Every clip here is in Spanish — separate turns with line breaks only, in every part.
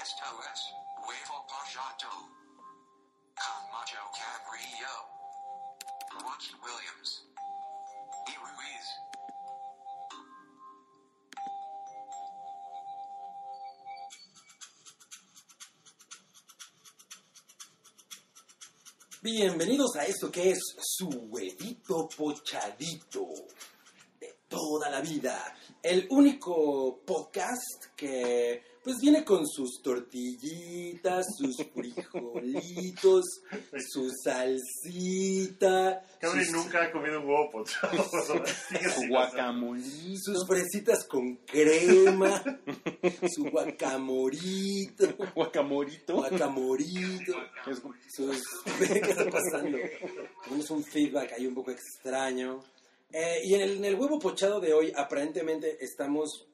Esto es Huevo Pajato. Con Macho Cabrillo. Watch Williams. Y Ruiz.
Bienvenidos a esto que es su huevito pochadito de toda la vida. El único podcast que pues viene con sus tortillitas, sus frijolitos, su salsita,
Cabri
sus,
nunca ha comido un huevo pochado.
Su guacamolito.
sus fresitas con crema, su guacamorito,
Guacamolito.
guacamorito.
Es-
sus... ¿Qué está pasando? Tenemos un feedback ahí un poco extraño. Eh, y en el, en el huevo pochado de hoy, aparentemente estamos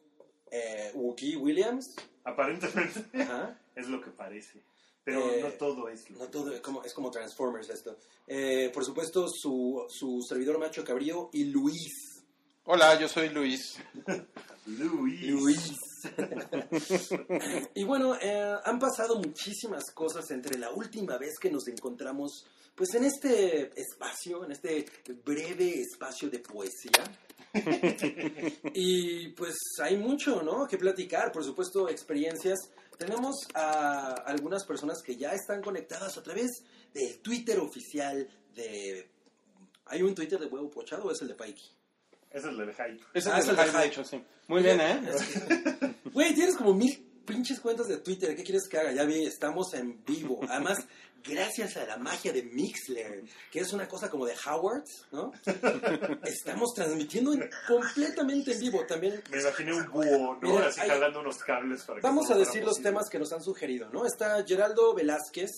eh, Wookie Williams.
Aparentemente
Ajá.
es lo que parece. Pero
Eh,
no todo es lo
No
que
todo, es como, es como Transformers esto. Eh, por supuesto, su, su servidor Macho Cabrío y Luis.
Hola, yo soy Luis.
Luis.
y bueno, eh, han pasado muchísimas cosas entre la última vez que nos encontramos, pues en este espacio, en este breve espacio de poesía. y pues hay mucho, ¿no? Que platicar, por supuesto, experiencias. Tenemos a algunas personas que ya están conectadas a través del Twitter oficial de... ¿Hay un Twitter de huevo pochado o es el de Paiki?
Ese es el de Hype.
Ese
Ah,
es
es el de
el Jaime, de
Jaime.
hecho, sí. Muy bien, ¿eh?
Güey, tienes como mil pinches cuentas de Twitter. ¿Qué quieres que haga? Ya vi, estamos en vivo. Además, gracias a la magia de Mixler, que es una cosa como de Howard, ¿no? Estamos transmitiendo en- completamente en vivo. También
Me imaginé un búho, ¿no?
Mira,
Así
hay-
jalando unos cables para que
vamos a
todo fuera
decir los
posible.
temas que nos han sugerido, ¿no? Está Geraldo Velázquez,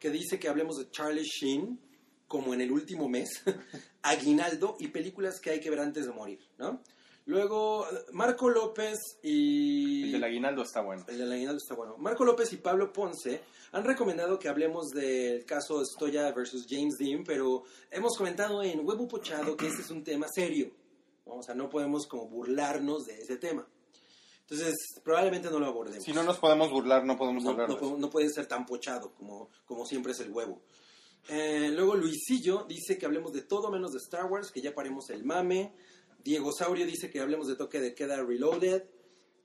que dice que hablemos de Charlie Sheen, como en el último mes, Aguinaldo y películas que hay que ver antes de morir, ¿no? Luego, Marco López y...
El del aguinaldo está bueno.
El del aguinaldo está bueno. Marco López y Pablo Ponce han recomendado que hablemos del caso Stoya versus James Dean, pero hemos comentado en Huevo Pochado que este es un tema serio. ¿no? O sea, no podemos como burlarnos de ese tema. Entonces, probablemente no lo abordemos.
Si no nos podemos burlar, no podemos
No-
hablar.
no
de
po-
eso.
no puede ser tan pochado como, como siempre es el huevo. Eh, luego Luisillo dice que hablemos de todo menos de Star Wars, que ya paremos el mame. Diego Saurio dice que hablemos de toque de queda reloaded.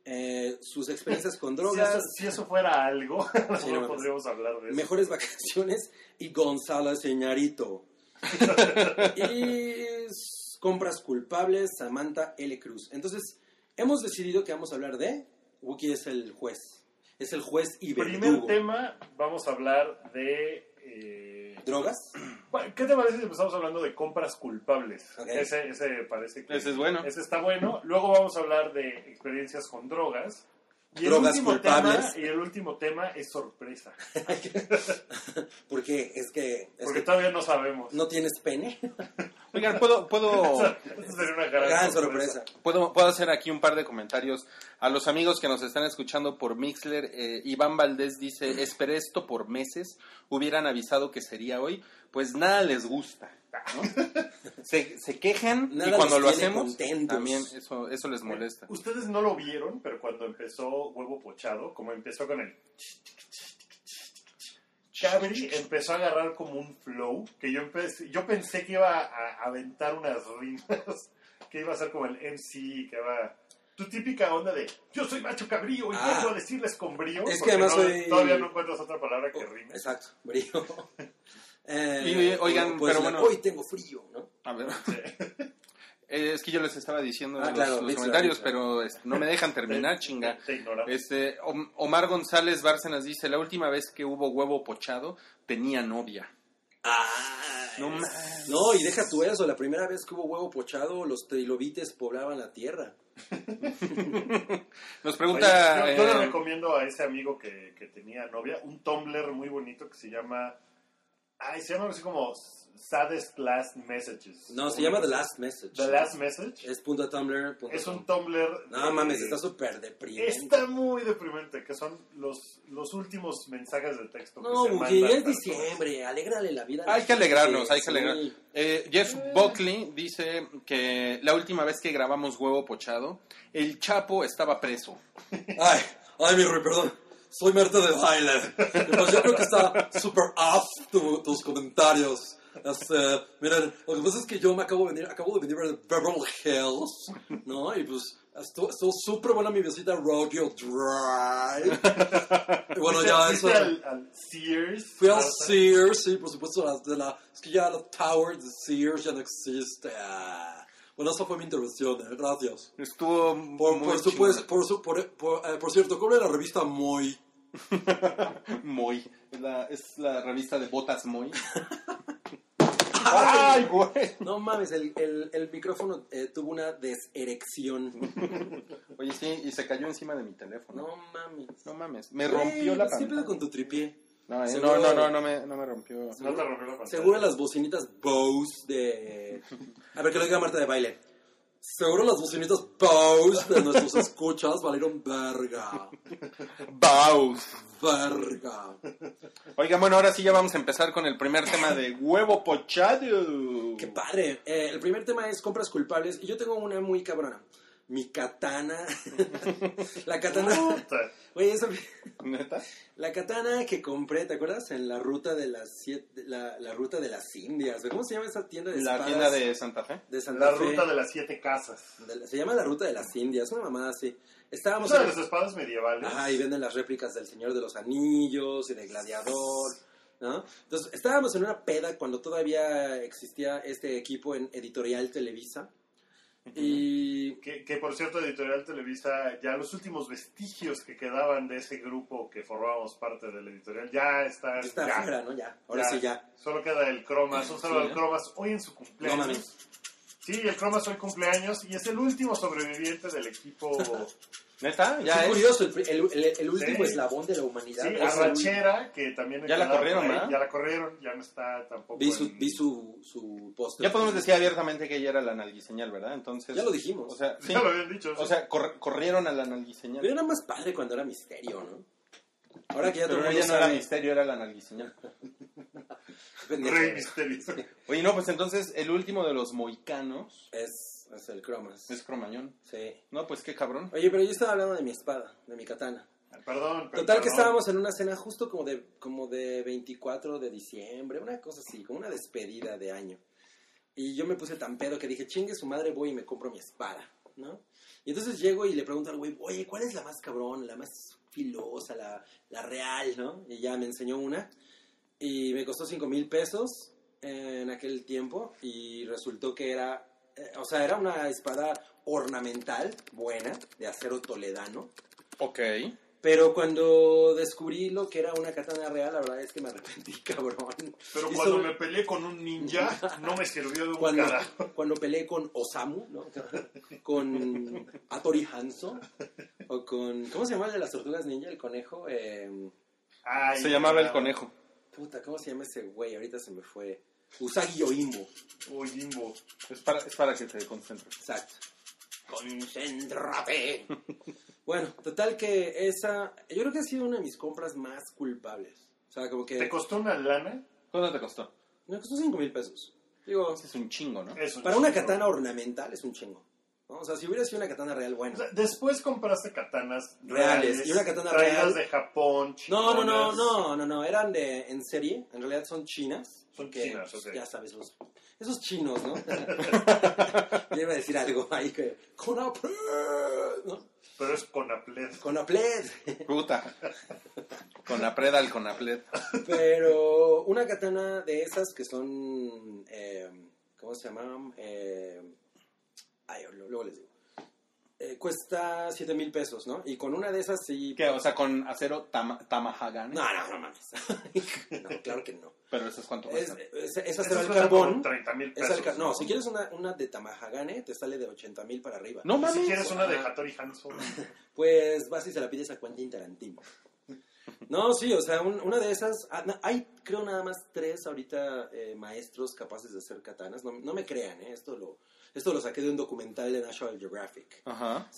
Eh, sus experiencias con
Si
drogas.
eso, si eso fuera algo,
no mames.
no podríamos hablar de eso.
Mejores vacaciones y Gonzalo Señarito. y s- compras culpables, Samantha L. Cruz. Entonces, hemos decidido que vamos a hablar de... Wookie es el juez. Es el juez y
Primer
verdugo.
tema, vamos a hablar de... eh,
¿Drogas?
Bueno, ¿Qué te parece si empezamos hablando de compras culpables?
Ok.
Ese, ese parece que...
Ese es bueno.
Ese está bueno. Luego vamos a hablar de experiencias con drogas. Y
Drogas
el último
culpables.
Tema, y el último tema es sorpresa.
Porque es que... es
Porque
que
todavía no sabemos.
¿No tienes pene?
Oigan, ¿puedo, puedo,
Esa sería una gran,
Gran sorpresa.
puedo, puedo hacer aquí un par de comentarios a los amigos que nos están escuchando por Mixler. eh, Iván Valdés dice, esperé esto por meses, hubieran avisado que sería hoy. Pues nada les gusta. ¿no? Se, se quejan
Nada
y cuando
les
lo
tiene
hacemos,
contentos.
también eso, eso les molesta.
Ustedes no lo vieron, pero cuando empezó Huevo Pochado, como empezó con el... Cabri empezó a agarrar como un flow, que yo, empecé- yo pensé que iba a aventar unas rimas, que iba a ser como el MC, que va... Tu típica onda de, yo soy macho cabrío y
Ah.
vengo a decirles con brío.
Es que
porque
además
no-
soy- Oh,
Todavía no encuentras otra palabra que rime.
Exacto, brío.
Y, oigan,
pues,
pero bueno.
Hoy tengo frío, ¿no?
A ver. Eh, es que yo les estaba diciendo
Ah,
los,
claro,
los
Mixler,
comentarios,
Mixler.
pero este, no me dejan terminar, chinga.
Te ignoramos.
Este, Om- Omar González Bárcenas dice, la última vez que hubo huevo pochado, tenía novia.
Ah,
No
es-
mames.
no, y deja tú eso. La primera vez que hubo huevo pochado, los trilobites poblaban la tierra.
Nos
Oye,
pregunta...
yo, yo le
eh,
recomiendo a ese amigo que, que tenía novia un Tumblr muy bonito que se llama. Ay, se llama así como Saddest Last Messages.
No, se llama The Last Message.
The Last Message.
Es punto Tumblr. punto
Es un
com.
Tumblr.
No
de-
mames, está súper deprimente.
Está muy deprimente, que son los, los últimos mensajes de texto.
No,
que se
Buki,
mandan
es
para
diciembre. Alégrale la vida. a la
Hay que
gente,
alegrarnos, hay que
sí.
alegrar. Eh, Jeff Buckley dice que la última vez que grabamos huevo pochado, el Chapo estaba preso.
Ay, ay, mi rey, perdón. soy Marta de Baile. Y Pues yo creo que está super off tu- tus comentarios. Este, miren, lo que pasa es que yo me acabo de venir, acabo de venir de Beverly Hills, ¿no? Y pues estuvo estuvo súper buena mi visita a Rodeo Drive. Y bueno,
¿Fuiste-
ya eso.
fuiste al, al Sears.
Fui al
Marta?
Sears, sí, por supuesto, las de la, es que ya la Tower de Sears ya no existe. Ah. Bueno, esa fue mi intervención, eh, gracias.
Estuvo
Por,
muy
por, supuesto, por, su- por, por, eh, por cierto, cobre la revista Moy.
chingón. Moy. Es la, es la revista de botas Moy.
¡Ay, güey!
No mames, el, el, el micrófono eh, tuvo una deserección.
Oye, sí, y se cayó encima de mi teléfono.
No mames.
No mames, me
Güey,
rompió la
pues, ¿Qué pedo
pantalla.
con tu tripié?
No, eh,
Seguro-
no, no, no, no me, no me rompió.
No te rompió la pantalla.
Seguro las bocinitas Bose de... A ver, que lo diga Marta de baile. Seguro las bocinitas Bose de nuestros escuchas valieron verga.
Baus.
Verga.
Oiga, bueno, ahora sí ya vamos a empezar con el primer tema de huevo pochado.
Qué padre. Eh, el primer tema es compras culpables. Y yo tengo una muy cabrona. Mi katana. la katana.
Puta.
Güey, esa-
¿Neta?
La katana que compré, ¿te acuerdas? En la ruta de las siete- la, la ruta de las Indias. ¿Cómo se llama esa tienda de
La
espadas
tienda de Santa Fe.
de Santa
La
Fe?
ruta de las siete casas.
De la- se llama la ruta de las Indias, una mamada así. Estábamos
Una
en-
de las espadas medievales.
Ajá, y venden las réplicas del Señor de los Anillos y de Gladiador, ¿no? Entonces, estábamos en una peda cuando todavía existía este equipo en Editorial Televisa. Y
Que, que, por cierto, Editorial Televisa, ya los últimos vestigios que quedaban de ese grupo que formábamos parte del editorial, ya está.
está
ya,
afuera, ¿no? Ya, ahora
ya.
sí ya.
Solo queda el Cromas, un saludo
Sí,
al
¿eh?
Cromas hoy en su
No
cumpleaños.
mames.
sí, el Cromas hoy cumpleaños y es el último sobreviviente del equipo.
¿Neta?
Qué
Ya es.
curioso, el, el- el- el último
Sí.
eslabón de la
Sí,
humanidad. O sea,
Arrachera, que también...
Ya la
quedaba por
corrieron,
ahí.
¿verdad?
Ya la corrieron, ya no está tampoco...
vi su,
en-
vi su, su póster.
Ya podemos decir abiertamente que ella era la analguiseñal, ¿verdad? Entonces.
Ya lo dijimos.
O sea, sí.
Ya lo habían dicho.
O sea, cor- corrieron a la analguiseñal.
Pero era más padre cuando era misterio, ¿no? Ahora que ya todo el mundo
Pero ella no era
sabe-
misterio, era la analguiseñal.
pendejo,
Rey misterioso.
Oye, no, pues entonces el último de los moicanos
Es, es el cromas.
es Cromañón.
Sí.
No, pues qué cabrón.
Oye, pero yo estaba hablando de mi espada, de mi katana.
Perdón, pero
Total que
perdón.
estábamos en una cena justo como de, como de 24 de diciembre, una cosa así, como una despedida de año. Y yo me puse tan pedo que dije, chingue su madre, voy y me compro mi espada, ¿no? Y entonces llego y le pregunto al güey, oye, ¿cuál es la más cabrón, la más filosa, la, la real, ¿no? Y ya me enseñó una. Y me costó 5 mil pesos en aquel tiempo y resultó que era, eh, o sea, era una espada ornamental, buena, de acero toledano.
Ok.
Pero cuando descubrí lo que era una katana real, la verdad es que me arrepentí, cabrón.
Pero
Y
cuando
sobre-
me peleé con un ninja, no me sirvió de un
cuando,
carajo.
cuando peleé con Osamu, ¿no? con Atori Hanzo, o con... ¿Cómo se llama el de las tortugas ninja? El conejo. eh,
Ay,
Se llamaba el
ya.
conejo.
puta, ¿cómo se llama ese güey? Ahorita se me fue. Usagi Oimbo.
Oh, Jimbo.
Es para, es para que te concentres.
Exacto. Concéntrate. bueno, total que esa... Yo creo que ha sido una de mis compras más culpables. O sea, como
¿Te
que...
costó una lana?
¿Cuánto te costó? Pues
Me costó 5 mil pesos. Digo,
Es un chingo, ¿no?
Eso.
Para una katana ornamental es un chingo. ¿no? O sea, si hubiera sido una katana real,
O
bueno.
sea, Después compraste katanas
Reales,
reales.
y una katana
traídas
real.
de Japón,
No, no, no,
chingonas.
no, no, no. Eran de, en serie. En realidad son chinas.
Son
que,
chinas,
pues,
ok.
Ya sabes, los- esos chinos, ¿no? Yo iba a decir algo ahí que... Conapled, ¿no?
Pero es con Aplet.
Conapled.
Puta. Con la preda al conaplet.
Pero una katana de esas que son... eh, ¿Cómo se llaman? Eh, ay, lo- luego les digo. Eh, cuesta 7 mil pesos, ¿no? Y con una de esas sí...
¿Qué? O sea, con acero tama tamahagane.
No, no, no mames. no, claro que no.
Pero eso es cuánto
Es,
cuesta.
es, es
Eso
acero al
cuesta como
carbón.
30 mil
es al
pesos.
ca- no, si quieres una, una de Tamahagane, te sale de 80 mil para arriba.
No
Si
mames.
quieres una de
Ah.
Hattori Hanson.
Pues vas y se la pides a Quentin Tarantino. No, sí, o sea, un- una de esas. ah, na- Hay, creo, nada más tres ahorita eh, maestros capaces de hacer katanas. No, no me crean, ¿eh? Esto lo, esto lo saqué de un documental de National Geographic.
Ajá.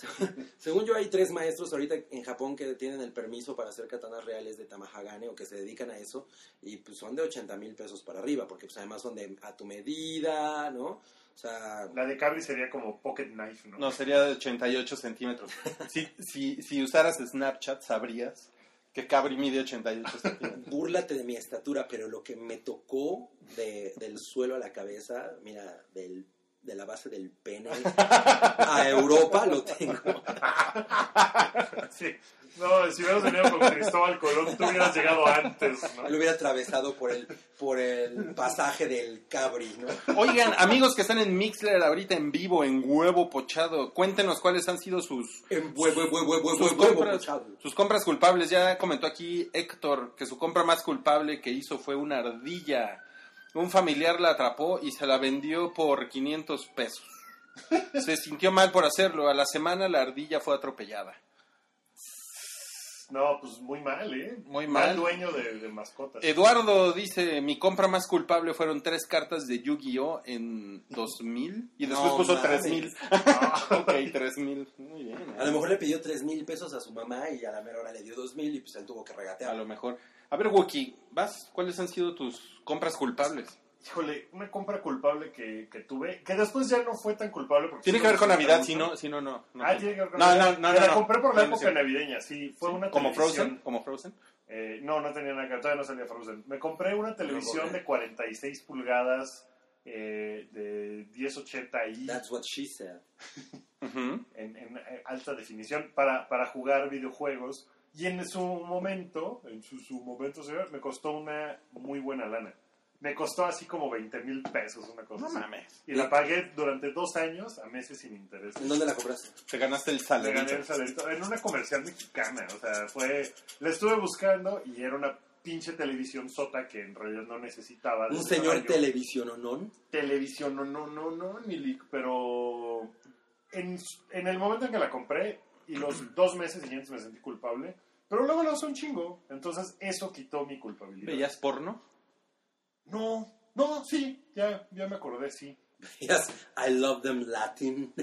Según yo, hay tres maestros ahorita en Japón que tienen el permiso para hacer katanas reales de Tamahagane o que se dedican a eso y pues son de 80 mil pesos para arriba, porque pues además son de a tu medida, ¿no? O sea,
La de Cabri sería como Pocket Knife, ¿no?
No, sería de 88 centímetros. Si, si, si usaras Snapchat, sabrías que Cabri mide 88 centímetros.
Búrlate de mi estatura, pero lo que me tocó de- del suelo a la cabeza, mira, del- de la base del pene a Europa lo tengo.
Sí. No, si hubieras venido con Cristóbal Colón, tú hubieras llegado antes, ¿no?
Lo hubiera atravesado por el, por el pasaje del Cabri, ¿no?
Oigan, amigos que están en Mixler ahorita en vivo, en huevo pochado, cuéntenos cuáles han sido sus,
En huevo, huevo, huevo,
sus
huevo, huevo,
compras,
chavo.
sus compras culpables. Ya comentó aquí Héctor que su compra más culpable que hizo fue una ardilla. Un familiar la atrapó y se la vendió por 500 pesos. Se sintió mal por hacerlo. A la semana la ardilla fue atropellada.
No, pues muy mal, ¿eh?
Muy mal.
Mal dueño de, de mascotas.
Eh,
Eduardo dice, mi compra más culpable fueron tres cartas de Yu-Gi-Oh en 2000 y después
No
puso
mames.
3000.
Ah,
ok, 3000. Muy bien.
A lo mejor le pidió tres mil pesos a su mamá y a la mera hora le dio dos mil y pues él tuvo que
A
regatear.
lo mejor. A ver, Wookie, vas, ¿cuáles han sido tus compras culpables?
Híjole, una compra culpable que, que tuve, que después ya no fue tan culpable. Porque
Tiene
sí
que
me
ver con
gustó
Navidad,
mucho.
si no, si no, no. no.
Ah, tiene que ver con
No,
Navidad.
no, no,
Me la
no, no.
compré por la
No, no,
época
sí.
navideña, sí. Fue una
Como
televisión.
Frozen, como Frozen.
Eh, no, no tenía nada que ver, todavía no salía Frozen. Me compré una televisión
Frozen.
de 46 pulgadas eh, de 1080i
That's what she said.
Ujú.
en, en eh, alta definición para, para jugar videojuegos. Y en su momento, en su, su momento, señor, me costó una muy buena lana. Me costó así como 20 mil pesos, una cosa
No
así.
mames.
Y la pagué durante dos años a meses sin intereses.
¿En dónde la compraste?
Te ganaste el
Me gané
salerito.
el salerito en una comercial mexicana, o sea, fue... La estuve buscando y era una pinche televisión sota que en realidad no necesitaba. de
Un
ese
señor
tamaño.
televisión o non.
Televisión, no, no, no, no, ni li- pero... En, en el momento en que la compré y los dos meses siguientes me sentí culpable, pero luego la usé un chingo, entonces eso quitó mi culpabilidad.
¿Veías porno?
No, no, sí, ya, ya me acordé, sí.
Yes, I love them Latin.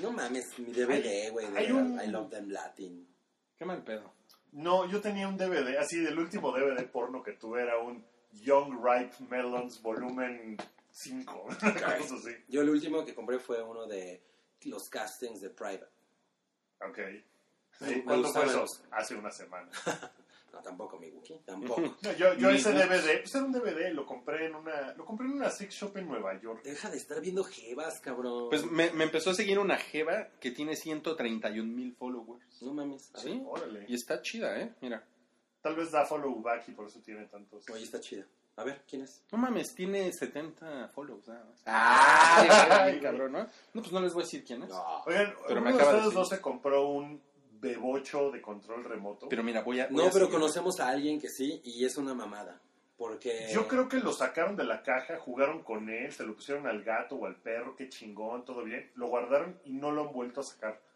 no mames, mi DVD, güey. de
Hay
verdad,
un-
I love them Latin.
Qué mal pedo.
No, yo tenía un DVD, así del último DVD porno que tuve era un Young Ripe Melons volumen 5, una cosa así.
Yo el último que compré fue uno de los castings de Private.
Ok.
Me- me
Sí, ¿Cuándo fue
gustaban
eso?
los-
Hace una semana.
No, tampoco, mi Wookie, tampoco.
No, yo yo
Ni
ese
books.
DVD, pues era un DVD, lo compré en una, lo compré en una sex shop en Nueva York.
Deja de estar viendo jebas, cabrón.
Pues me, me empezó a seguir una jeva que tiene 131 mil followers.
no mames. a ver.
¿Sí?
Órale.
Y está chida, ¿eh? Mira.
Tal vez da follow back y por eso tiene tantos.
Oye, está chida. A ver, ¿quién es?
No mames, tiene 70 follows nada más.
Ay,
¡Ay,
güey.
cabrón, ¿no? No, pues no les voy a decir quién es.
Oigan,
Pero me
¿alguno de
acaba de
ustedes
decir.
no se compró un bebocho de control remoto?
Pero mira, voy a... voy
No,
a
pero
seguir.
conocemos a alguien que sí y es una mamada. Porque.
Eh,
Yo creo que lo sacaron de la caja, jugaron con él, se lo pusieron al gato o al perro, qué chingón, todo bien. Lo guardaron y no lo han vuelto a sacar.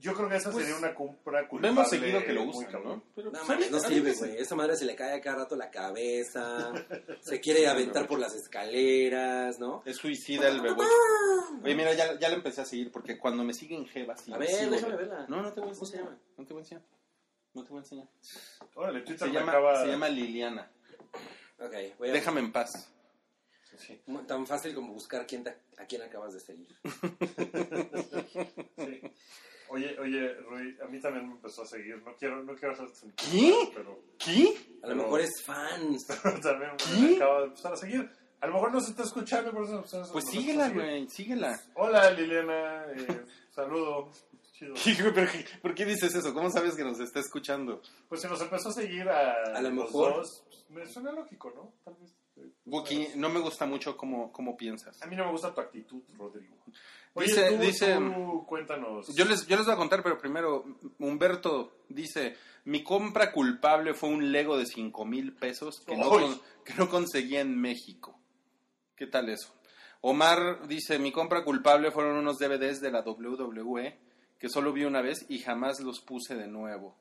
Yo creo que esa
Pues,
sería una compra
Lo
culpable.
hemos seguido que lo
muy
usan,
cabrón.
¿no?
No,
Pero, pues,
mames,
a
no
mí- a mí
sirve,
me
güey. Esa madre se le cae a cada rato la cabeza. se quiere aventar por las escaleras, ¿no?
Es suicida el bebé. Oye, mira, ya, ya la empecé a seguir porque cuando me siguen jevas... y
A
me
ver,
sigo-
déjame verla.
No, no te voy a
¿Cómo se
enseñar.
llama?
No te voy a enseñar. No te voy a enseñar.
Órale, Twitter
Se
me
llama,
acaba...
se llama Liliana.
Ok, voy a-
Déjame en paz.
Sí,
Tan fácil como buscar quién te- a quién acabas de seguir.
sí. Oye, oye, Rui, a mí también me empezó a seguir. No quiero, no quiero hacer sentir
¿Qué?
mal, Pero,
¿Qué?
A lo
No.
mejor es fans.
pero también
¿Qué?
me acaba de empezar a seguir. A lo mejor no se está escuchando, por eso pues,
Pues síguela, güey, síguela.
Hola, Liliana. eh, saludo. Chido.
Hijo, pero ¿qué- ¿Por qué dices eso? ¿Cómo sabes que nos está escuchando?
Pues se nos empezó a seguir a,
A lo
los
mejor.
dos. Pues, me suena lógico, ¿no? Tal vez. eh,
Buki, no me gusta mucho cómo, cómo piensas.
A mí no me gusta tu actitud, Rodrigo. Oye,
Dice-
tú,
dice-
tú cuéntanos.
Yo les, yo les voy a contar, pero primero, Humberto dice, mi compra culpable fue un Lego de 5 mil pesos que no,
¡Ay!
con- que no conseguía en México. ¿Qué tal eso? Omar dice, mi compra culpable fueron unos DVDs de la WWE que solo vi una vez y jamás los puse de nuevo.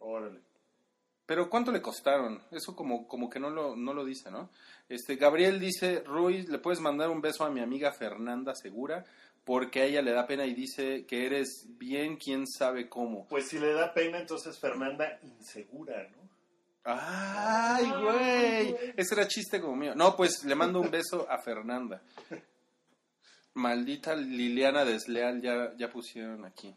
Órale.
Pero ¿cuánto le costaron? Eso como, como que no lo, no lo dice, ¿no? Este, Gabriel dice, Ruiz, le puedes mandar un beso a mi amiga Fernanda Segura, porque a ella le da pena y dice que eres bien quién sabe cómo.
Pues si le da pena, entonces Fernanda insegura, ¿no?
¡Ay, güey! Ese era chiste como mío. No, pues le mando un beso a Fernanda. Maldita Liliana Desleal, ya, ya pusieron aquí.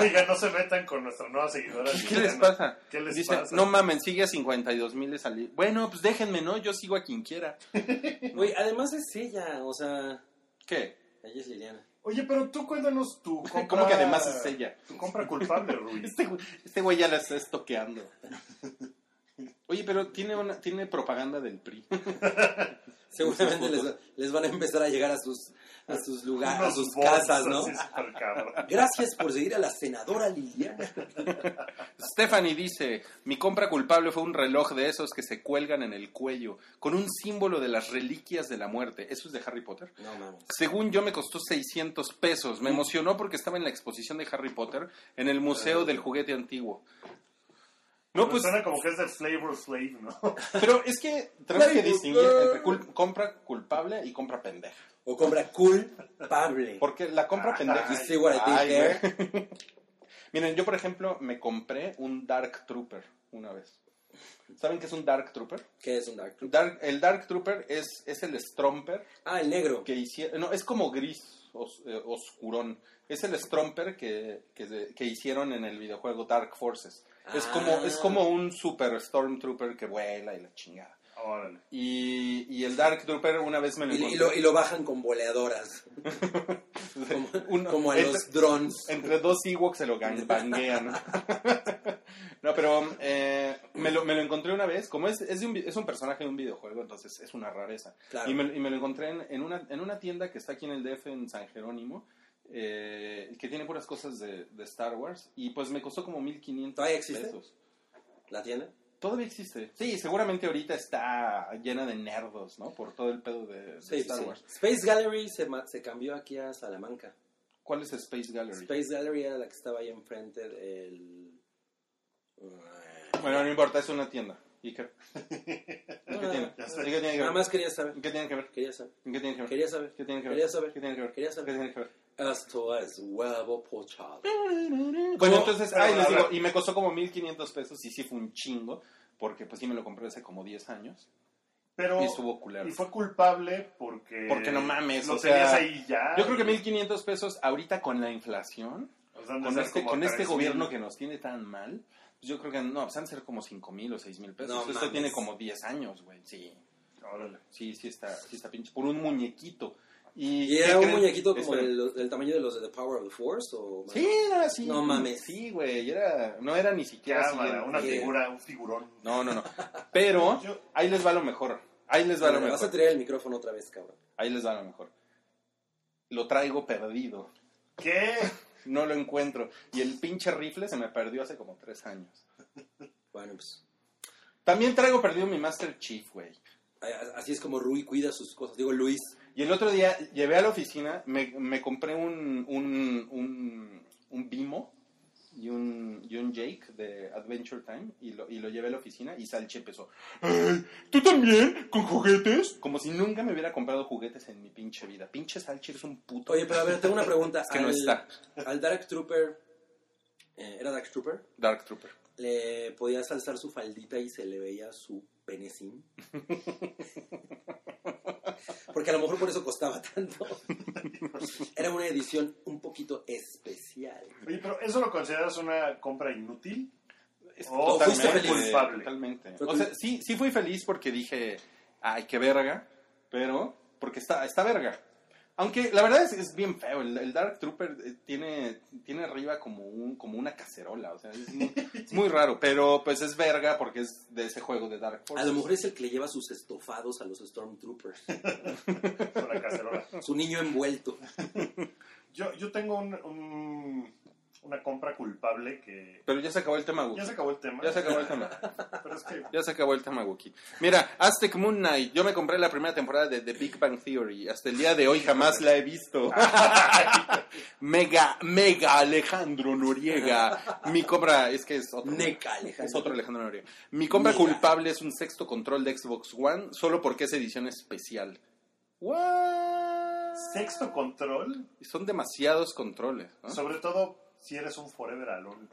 Oiga, no se metan con nuestra nueva seguidora.
¿Qué, qué
Liliana.
les pasa?
¿Qué les
Dicen,
pasa?
no mamen, sigue a 52 mil de salir. Bueno, pues déjenme, ¿no? Yo sigo a quien quiera.
Güey, además es ella, o sea,
¿Qué?
ella es Liliana.
Oye, pero tú cuéntanos tu compra...
¿Cómo que además es ella?
Tu compra culpable, Rui.
Este, güey- este güey ya la está estoqueando. Oye, pero tiene, una, tiene propaganda del PRI.
Seguramente les, les van a empezar a llegar a sus, a sus lugares, a sus casas, ¿no? Gracias por seguir a la senadora Liliana.
Stephanie dice, mi compra culpable fue un reloj de esos que se cuelgan en el cuello, con un símbolo de las reliquias de la muerte. Eso es de Harry Potter.
No mames.
Según yo me costó 600 pesos. Me emocionó porque estaba en la exposición de Harry Potter en el Museo del Juguete Antiguo. Ah. No, pues,
Suena como que es de Flavor Slave, ¿no?
pero es que tenemos que distinguir entre cul- compra culpable y compra pendeja.
O compra culpable.
Porque la compra pendeja...
You see what I did
Ay,
there?
güey. Miren, yo por ejemplo me compré un Dark Trooper una vez. ¿Saben qué es un Dark Trooper?
¿Qué es un Dark Trooper?
Dark- el Dark Trooper es, es el Stromper
Ah, el negro.
que hicieron. No, es como gris, os- eh, oscurón. Es el Stromper que, que, se- que hicieron en el videojuego Dark Forces. Es, como,
Ah.
es como un super Stormtrooper que vuela y la chingada.
Órale.
Y, y el Dark Trooper una vez me lo
Y, y
encontré.
lo, y lo bajan con boleadoras. Como,
Uno-
como a
entre-
los drones.
Entre dos Ewoks se lo gangbanguean. no, pero eh, me, lo, me lo encontré una vez. Como es, es, de un, vi- es un personaje de un videojuego, entonces es una rareza.
Claro.
Y, me, y me lo encontré en, en una, en una tienda que está aquí en el DF, en San Jerónimo, eh, que tiene puras cosas de, de Star Wars. Y pues me costó como 1500
¿Todavía existe?
pesos.
¿La tiene?
Todavía existe. Sí, seguramente ahorita está llena de nerdos, ¿no? Por todo el pedo de, de
Sí,
Star
sí.
Wars.
Space Gallery se, ma- se cambió aquí a Salamanca.
¿Cuál es Space Gallery?
Space Gallery era la que estaba ahí enfrente del... eh,
Bueno, no importa, es una tienda. ¿Y qué, ¿Y qué
Ah,
tiene?
ya
¿Y qué tiene que
Nada
ver?
más quería saber.
¿Qué tiene que ver?
Quería saber.
¿Qué tiene que ver?
Quería saber.
¿Qué tiene que ver?
Quería saber.
¿Qué tiene que ver?
Quería
¿Qué
saber.
tiene que ver?
Esto es huevo pochado.
Bueno, entonces,
Pero,
ay, les
a ver.
digo, y me costó como 1500 pesos y sí fue un chingo, porque pues sí me lo compré hace como 10 años.
Pero...
Y estuvo culero.
Y fue culpable porque...
Porque no mames,
Lo
o
tenías
sea,
ahí ya.
Yo creo que 1500 pesos ahorita con la inflación,
O sea, han de
con
ser
este,
como
con este
3,000.
gobierno que nos tiene tan mal, pues yo creo que no, pues han de ser como 5000 o 6000 pesos.
No
Esto
mames.
tiene como 10 años, güey. Sí,
Órale.
sí, sí está, sí está pinche. Por un muñequito. Y,
¿Y
¿qué
era un
creen?
muñequito como
Espera.
del, del tamaño de los de The Power of the Force? O
Sí, era así.
No mames.
Sí, güey, era, no era ni siquiera así,
Cámara,
era-
una
Sí.
figura, un figurón.
No, no, no. Pero
Yo-
ahí les va lo mejor. Ahí les va lo
Vas a
mejor.
tirar el micrófono otra vez, cabrón.
Ahí les va lo mejor. Lo traigo perdido.
¿Qué?
No lo encuentro. Y el pinche rifle se me perdió hace como tres años.
Bueno, pues
También traigo perdido mi Master Chief, güey.
a- así es como Rui cuida sus cosas. Digo, Luis.
Y el otro día llevé a la oficina, me, me compré un, un, un, un Vimo y un, y un Jake de Adventure Time y lo, y lo llevé a la oficina y Salche empezó, "Ay, ¿tú también? ¿Con juguetes? Como si nunca me hubiera comprado juguetes en mi pinche vida. Pinche Salche eres un puto.
Oye, pero a ver, tengo una pregunta.
que no está.
Al Dark Trooper, eh, ¿era Dark Trooper?
Dark Trooper.
Le podías alzar su faldita y se le veía su penecín. Porque a lo mejor por eso costaba tanto. Era una edición un poquito especial.
Oye, pero ¿eso lo consideras una compra inútil?
Es
Oh,
fuiste feliz.
Culpable.
Totalmente.
Fue
O sea,
culp-
sí, sí fui feliz porque dije, ay, qué verga, pero porque está, está verga. Aunque la verdad es, es bien feo, el, el Dark Trooper eh, tiene, tiene arriba como, un, como una cacerola, o sea, es muy, es muy raro, pero pues es verga porque es de ese juego de
A
Dark Forces.
lo mejor es el que le lleva sus estofados a los Stormtroopers.
Con la cacerola.
Su niño envuelto.
Yo, yo tengo un, un- una compra culpable que...
Pero ya se acabó el tema,
Ya
Wookie.
se acabó el tema.
Ya se acabó el tema.
Pero es que...
Ya se acabó el tema, Wookie. Mira, Aztec Moon Knight. Yo me compré la primera temporada de The Big Bang Theory. Hasta el día de hoy jamás la he visto. mega, mega Alejandro Noriega. Mi compra, es que es otro.
Neca, Alejandro.
Es otro Alejandro Noriega. Mi compra
Mega.
culpable es un sexto control de Xbox One solo porque es edición especial. ¿What?
Sexto control,
Son demasiados controles. ¿no?
sobre todo si eres un forever alone.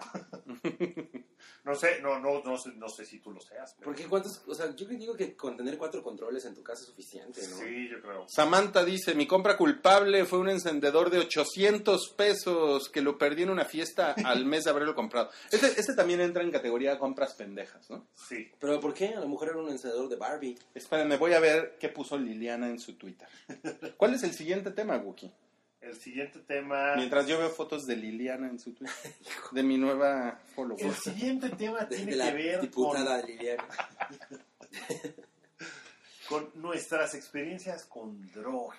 no sé, no, no, no, sé, no sé si tú lo seas. pero-
Porque cuántos, o sea, yo que digo que con tener cuatro controles en tu casa es suficiente, ¿no?
Sí, yo creo.
Samantha dice, mi compra culpable fue un encendedor de 800 pesos que lo perdí en una fiesta al mes de haberlo comprado. Este, este también entra en categoría de compras pendejas, ¿no?
Sí.
Pero ¿por qué? A lo mejor era un encendedor de Barbie.
Espérenme, voy a ver qué puso Liliana en su Twitter. ¿Cuál es el siguiente tema, Wookie?
El siguiente tema.
Mientras yo veo fotos de Liliana en su Twitter, de mi nueva follower.
El siguiente tema
De,
tiene
de la
que ver con,
diputada Liliana.
con nuestras experiencias con droga.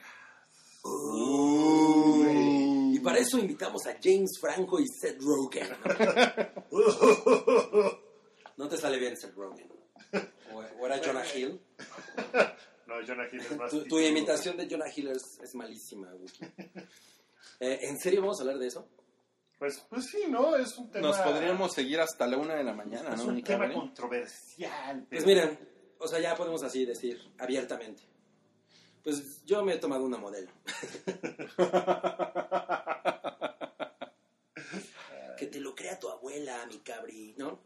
Uy.
Y para eso invitamos a James Franco y Seth Rogen. No te sale bien Seth Rogen. O, o era Jonah Hill.
No, Jonah Hill es más.
Tu, tu
típico.
imitación de Jonah Hill es, es malísima, Wookie. Eh, ¿En serio vamos a hablar de eso?
Pues, pues sí, ¿no? Es un tema.
Nos podríamos seguir hasta la una de la mañana,
Es
¿no?
un
mi
tema
cabrón?
controversial.
Pues
pero-
miren, o sea, ya podemos así decir abiertamente. Pues yo me he tomado una modelo. que te lo crea tu abuela, mi cabri, ¿no?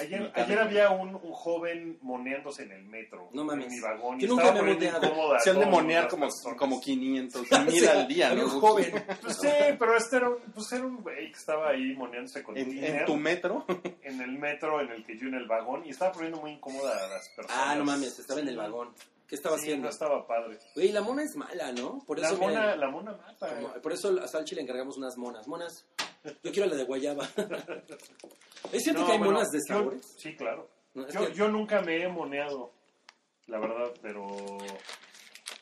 Ayer,
Mitad
ayer
de-
había un, un joven moneándose en el metro.
No mames.
En mi vagón. y
Yo nunca
estaba
me he
poniendo
moneado.
incómoda a
Se han de
todas
monear
las
como,
personas.
como 500 mil al día,
Había
¿no?
un
Wookie?
joven.
Pues sí, pero este era un, pues era un güey que estaba ahí moneándose con
En,
Tinder,
en tu metro.
en el metro en el que yo en el vagón y estaba poniendo muy incómoda a las personas.
Ah, no mames, estaba en el vagón. ¿Qué estaba
Sí,
haciendo?
No estaba padre.
Güey, la mona es mala, ¿no? Por
La
eso, miren,
mona, la mona mata. eh.
como- por eso a Salchi le encargamos unas monas. Monas, yo quiero la de guayaba. ¿Es cierto
No,
que hay
bueno,
monas de
yo-
sabores?
Sí, claro.
No, es
yo,
que-
yo nunca me he moneado, la verdad, pero...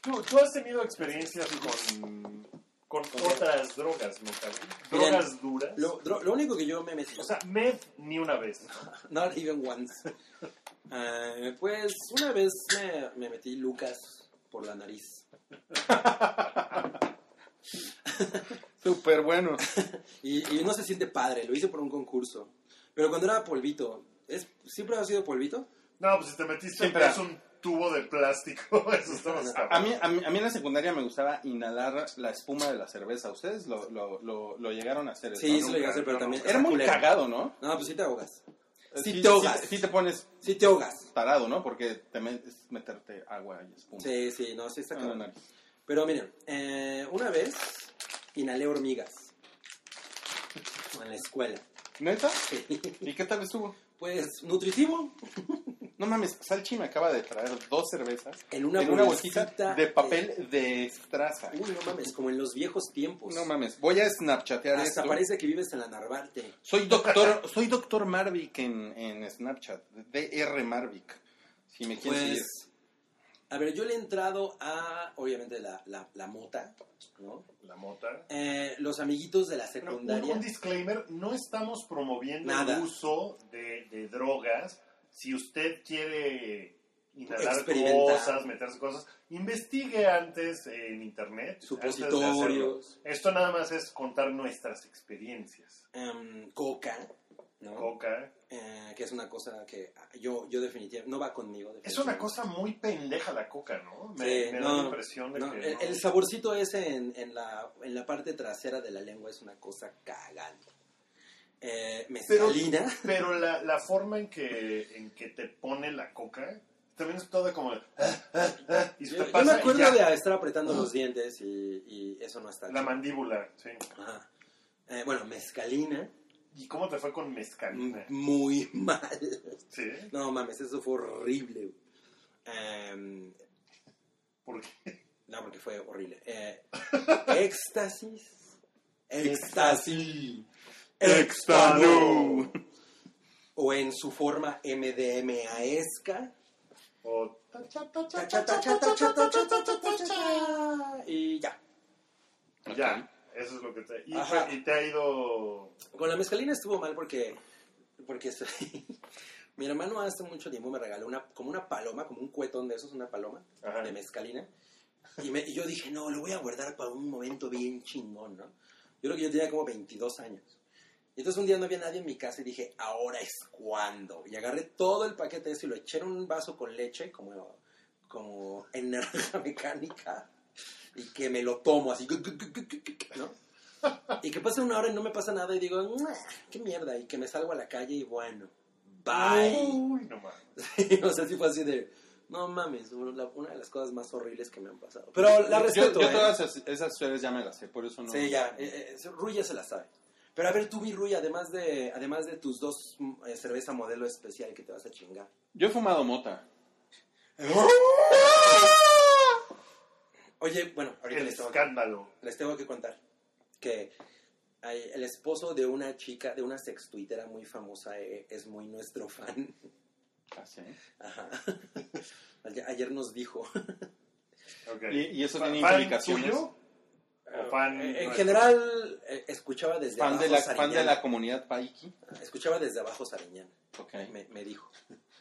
¿Tú, tú has tenido experiencias con, con otras drogas, ¿no? cabrón?
Miren,
Drogas duras.
Lo, dro- lo único que yo me metí,
O sea, med ni una vez.
Not even once. Ah, pues una vez me, me metí Lucas por la nariz.
Súper bueno.
Y, y no se siente padre, lo hice por un concurso. Pero cuando era polvito, ¿es, ¿siempre ha sido polvito?
No, pues si te metiste
Siempre.
es un tubo de plástico, eso está más
A
cabrón.
mí, a, mí, a mí en la secundaria me gustaba inhalar la espuma de la cerveza. ¿Ustedes lo, lo, lo, lo llegaron a hacer? eso,
Sí,
no?
sí lo llegué a hacer, pero
no,
también...
Era muy
culero.
cagado, ¿no?
No, pues sí te ahogas. Sí,
Sí,
te ahogas.
sí- sí te pones
Sí te ahogas.
tarado, ¿no? Porque te me- es meterte agua y espuma.
Sí, sí, no, sí está
Ah, no,
cabrón.
no.
Pero miren, eh, una vez inhalé hormigas. En la escuela.
¿Neta? ¿Y qué tal estuvo?
Pues nutritivo,
No mames, Salchi me acaba de traer dos cervezas
En una
en una
bolsita
bolsita
de-
de papel de estraza.
Uy, no mames, como en los viejos tiempos.
No mames, voy a snapchatear
Hasta
esto.
parece que vives en la Narvarte.
Soy doctor, soy doctor Marvick en, en Snapchat, DR Marvick. Si me quieres seguir.
Pues, a ver, yo le he entrado a, obviamente, la, la, la mota, ¿no?
La mota.
Eh, los amiguitos de la
Pero un, un
secundaria.
disclaimer, no estamos promoviendo
Nada.
el uso de, de drogas. Si usted quiere inhalar
Experimentar.
cosas, meterse cosas, investigue antes en internet.
Supositorios.
antes de hacerlo. Esto nada más es contar nuestras experiencias.
em, coca, ¿no?
Coca.
Eh, que es una cosa que yo, yo definitivamente, no va conmigo.
Es una
definitivamente.
cosa muy pendeja la coca, ¿no? Me,
Sí,
me da
no,
la impresión de
no,
que...
el,
no.
el saborcito ese en, en la, en la parte trasera de la lengua es una cosa cagante. Eh,
Pero-
mezcalina.
Pero la, la forma en que, en que te pone la coca también es toda como. de, "Ah, ah, ah", y se
Yo,
te
yo
pasa
me
y
acuerdo
ya,
de estar apretando los dientes y, y eso no está
la
chido.
mandíbula. sí.
Ajá. Eh, bueno, mezcalina.
¿Y cómo te fue con
m-
mezcalina?
Mm, Muy mal.
Sí.
No mames, eso fue horrible. Em,
Porque
no, porque fue horrible. Eh, éxtasis. Éxtasis.
Éxtalo.
O en su forma E MDMA-esca.
o ta, cha, ta, cha,
Cha,
cha,
cha,
ta,
cha, cha,
cha, ta,
cha,
cha,
cha, cha, cha, cha,
ta, cha, ta, ta, ta,
cha,
cha.
cha. Y ya.
Ya, eso es lo que te. Y,
Ajá.
fue- y te ha ido.
Con la mezcalina estuvo mal porque, porque soy- mi hermano hace mucho tiempo me regaló una, como una paloma, como un cuetón de esos, una paloma
Ajá.
de mezcalina. Y, me- y yo dije, no, lo voy a guardar para un momento bien chingón, ¿no? Yo creo que yo tenía como 22 años. Y entonces un día no había nadie en mi casa y dije, ahora es cuando. Y agarré todo el paquete de eso y lo eché en un vaso con leche, como, como en naranja mecánica, y que me lo tomo así, ¿no? Y que pasa una hora y no me pasa nada y digo, "Mua, qué mierda, y que me salgo a la calle y bueno, bye.
Uy, no mames.
o sea, sí fue así de, no mames, una una de las cosas más horribles que me han pasado. Pero la respeto,
Yo, yo
¿eh?
todas esas- esas historias ya me las sé, por eso no.
Sí, ya, eh, eh, Ruya se la sabe. Pero a ver, tú, mi Ruya, además de, además de tus dos mm, eh, cerveza modelo especial que te vas a chingar.
Yo he fumado mota.
Oye, bueno, ahorita
El
les tengo, que,
escándalo.
les tengo que contar que hay- el esposo de una chica, de una sextuitera muy famosa, eh, es muy nuestro fan.
Ah, sí.
Ajá. Ayer, ayer nos dijo.
Okay.
Y- y eso tiene
¿Fan
implicaciones.
tuyo? O fan
Eh, en
nuestro.
general, eh, escuchaba desde
Fan
abajo
de, la, fan
Sariñán.
de la comunidad Paiki.
Escuchaba desde abajo Sariñán,
Ok.
me, me dijo.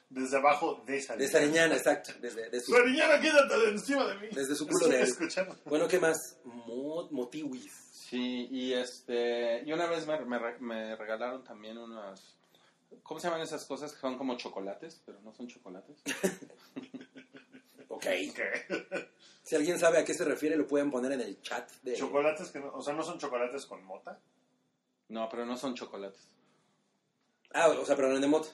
Desde abajo de esa
De Sariñán, exacto. Desde, de su-
Sariñana, quédate de encima de mí.
Desde su culo
Estoy
de-
escuchando.
Bueno, ¿qué más? Mo- Motiwis.
Sí, y este. Y una vez me, me re- me regalaron también unas. ¿Cómo se llaman esas cosas que son como chocolates? Pero no son chocolates.
Ok.
Ok.
Si alguien sabe a qué se refiere, lo pueden poner en el chat. De...
Chocolates que no, o sea, no son chocolates con mota.
No, pero no son chocolates.
Ah, o sea, pero no de moto.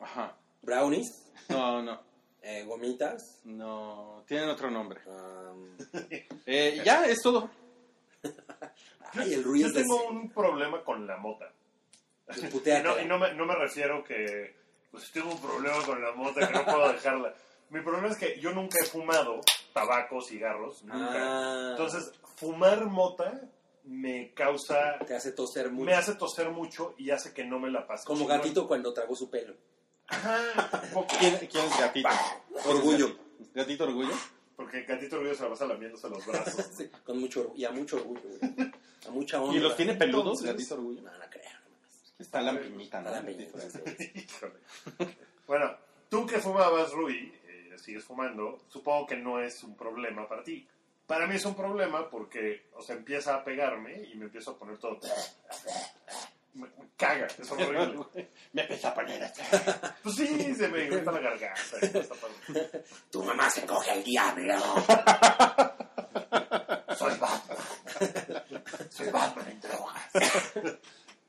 Ajá.
Brownies,
No, no.
eh, gomitas.
No. Tienen otro nombre.
um,
Eh, ya, es todo.
ay, el
Yo
ruido de
tengo un problema con la mota. Y no, y no me, no me refiero que pues tengo un problema con la mota que no puedo dejarla. Mi problema es que yo nunca he fumado tabaco, cigarros, nunca.
Ah,
Entonces, fumar mota me causa,
te hace toser mucho.
me hace toser mucho y hace que no me la pase.
Como
chingón.
gatito cuando tragó su pelo.
Ajá, un poco.
¿Quién, quién es gatito?
Orgullo.
¿Gatito, ¿Gatito orgullo?
Porque el gatito orgullo se la pasa lamiéndose los brazos.
Sí, con mucho orgu- y a mucho orgullo. güey. A mucha onda.
¿Y los tiene peludos?
Entonces-
¿Gatito orgullo?
No, no creo.
Está
Ah,
lampiñita, ¿no?
A la mierda, sí.
Híjole. Bueno, tú que fumabas, Rui, eh, sigues fumando, supongo que no es un problema para ti. Para mí es un problema porque, o sea, empieza a pegarme y me empiezo a poner todo... Me, me caga, es horrible.
Me empecé a poner hasta-
Pues sí, se me irrita la garganta. y me está pasando.
Tu mamá se coge al diablo.
Soy Batman. Soy Batman en drogas.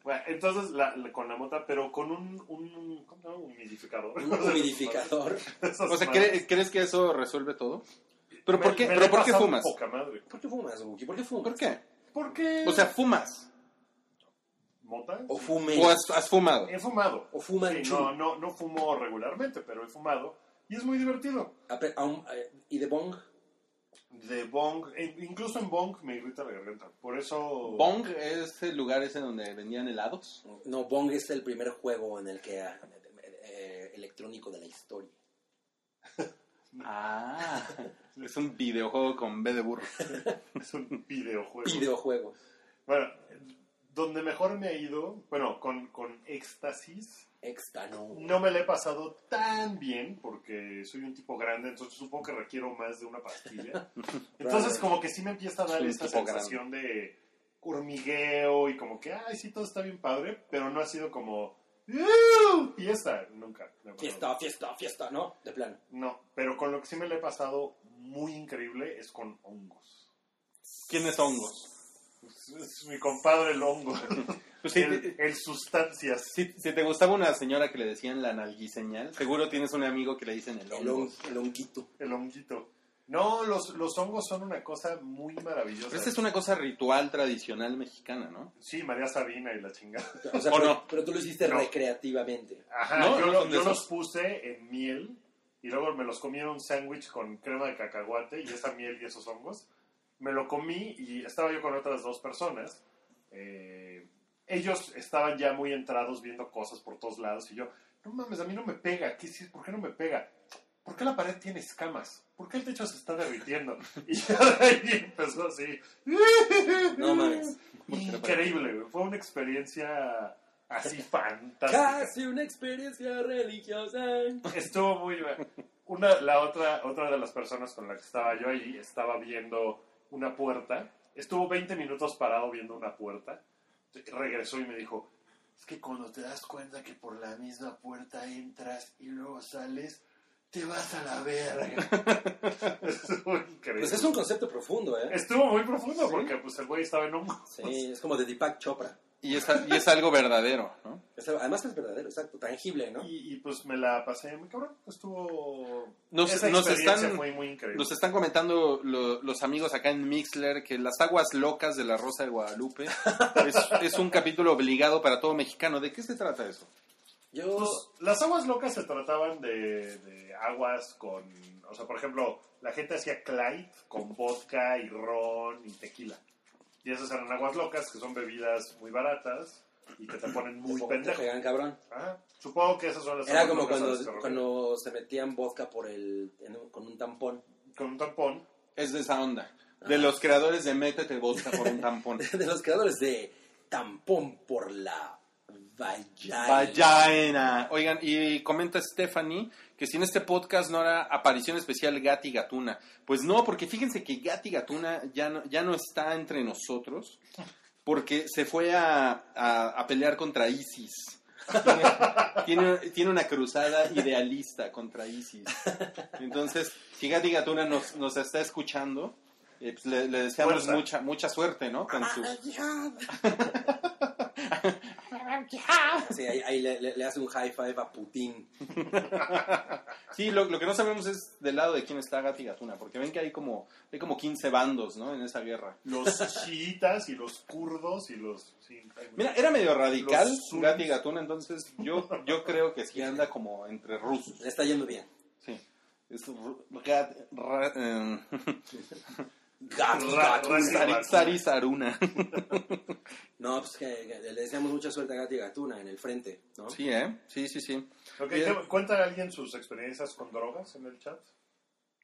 Bueno, entonces, la- la- con la mota, pero con un, un ¿cómo se llama? Humidificador.
Un humidificador.
O sea, ¿cre- ¿crees que eso resuelve todo? ¿Pero por qué,
Me- me la
¿pero
he
por qué
pasado
fumas?
Poca madre.
¿Por qué fumas, Wookie? ¿Por qué fumas?
¿Por qué?
¿Por qué?
O sea, fumas.
¿Mota?
O fumen.
¿O has, has fumado?
He fumado.
O fuman
Pues, Sí,
chu.
no, no, no fumo regularmente, pero he fumado. Y es muy divertido.
Ape- a un- eh, ¿Y de bong?
De bong, e- incluso en bong me irrita la garganta. Por eso...
Bong es el lugar ese donde vendían helados.
No, Bong es el primer juego en el que ah, eh, electrónico de la historia.
Ah. Es un videojuego con B de burro.
Es un videojuego.
Videojuego.
Bueno, donde mejor me ha ido, bueno, con, con éxtasis,
Extra, no.
no me la he pasado tan bien porque soy un tipo grande, entonces supongo que requiero más de una pastilla. Entonces como que sí me empieza a dar
Soy un
esta
tipo grande.
sensación de hormigueo y como que, ay, sí, todo está bien padre, pero no ha sido como... "Uh, Fiesta, nunca. me ha pasado.
Fiesta, fiesta, fiesta, ¿no? De plano.
No, pero con lo que sí me la he pasado muy increíble es con hongos.
¿Quiénes hongos?
Es- es mi compadre el hongo.
Pues sí,
El, el sustancias.
Si, si te gustaba una señora que le decían la nalguiseñal, seguro tienes un amigo que le dicen el
El,
hongo.
hon- el honguito.
El honguito. No, los, los hongos son una cosa muy maravillosa.
Pero esta es una cosa ritual tradicional mexicana, ¿no?
Sí, María Sabina y la chingada.
O sea,
¿O
pero,
no?
pero tú lo hiciste
No.
recreativamente.
Ajá,
No,
yo,
no
lo-
son de
yo
esos.
los puse en miel y luego me los comí en un sándwich con crema de cacahuate y esa miel y esos hongos. Me lo comí y estaba yo con otras dos personas. Eh, ellos estaban ya muy entrados viendo cosas por todos lados y yo, no mames, a mí no me pega. ¿Qué, sí- ¿Por qué no me pega? ¿Por qué la pared tiene escamas? ¿Por qué el techo se está derritiendo? Y ya de ahí empezó así.
No mames.
Increíble, güey. Fue una experiencia así fantástica.
Casi una experiencia religiosa.
Estuvo muy bien. Una, la otra, otra de las personas con la que estaba yo allí estaba viendo una puerta. Estuvo 20 minutos parado viendo una puerta. Regresó y me dijo, es que cuando te das cuenta que por la misma puerta entras y luego sales, te vas a la verga. Estuvo increíble.
Pues es un concepto profundo, ¿eh?
Estuvo muy profundo porque pues el güey estaba en un...
Sí, es como de Deepak Chopra.
Y es, a- y es algo verdadero, ¿no?
Es- además es verdadero, exacto, tangible, ¿no?
Y, y, pues me la pasé muy cabrón. Estuvo...
Nos-
Esa
nos
experiencia
están-
fue muy increíble.
Nos están comentando lo- los amigos acá en Mixler que Las Aguas Locas de la Rosa de Guadalupe es, es un capítulo obligado para todo mexicano. ¿De qué se trata eso?
Yo...
Pues, las aguas locas se trataban de, de aguas con... O sea, por ejemplo, la gente hacía Clyde con vodka y ron y tequila. Y esas eran aguas locas, que son bebidas muy baratas y que te ponen muy
te- te
pendejo.
pegan, cabrón.
Ah, supongo que esas son las
Era
aguas
como
locas a
cuando,
las que refiero.
cuando se metían vodka por el, en un- con un tampón.
Con un tampón.
Es de esa onda. De los creadores de Métete Vodka por un tampón.
De los creadores de Tampón por la Vallada.
Vallaina. Oigan, y comenta Stephanie que si en este podcast no hará aparición especial Gati Gatuna. Pues no, porque fíjense que Gati Gatuna ya no, ya no está entre nosotros porque se fue a, a- a pelear contra ISIS. Tiene, tiene una cruzada idealista contra ISIS. Entonces, si Gati Gatuna nos, nos está escuchando, eh, pues le, le deseamos
Fuerza.
mucha, mucha suerte, ¿no? Con
Ah,
su-
Sí, ahí, ahí le, le- le hace un high five a Putin.
Sí, lo, lo que no sabemos es del lado de quién está Gati Gatuna, porque ven que hay como, hay como 15 bandos, ¿no? En esa guerra.
Los chiitas y los kurdos y los... sí, hay muchos.
Mira, era medio radical
Los sunnis.
Gati Gatuna, entonces yo, yo creo que sí anda como entre rusos.
Le está yendo bien.
Sí. Es ru- Gat- ra- em,
Gato,
Ra-
gato.
ra-
Sari- Sari Saruna.
No, pues que, que le deseamos mucha suerte a Gati Gatuna en el frente, ¿no?
Sí, ¿eh? Sí, sí, sí.
Ok,
Bien.
¿qué- ¿Cuenta alguien sus experiencias con drogas en el chat?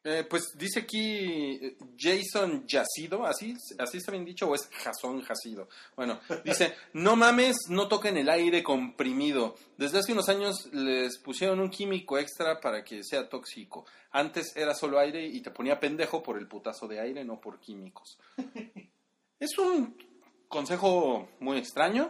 Eh, pues dice aquí eh, Jason Yacido, así, así está bien dicho, o es Jason Jacido. Bueno, dice, no mames, no toquen el aire comprimido. Desde hace unos años les pusieron un químico extra para que sea tóxico. Antes era solo aire y te ponía pendejo por el putazo de aire, no por químicos. Es un consejo muy extraño,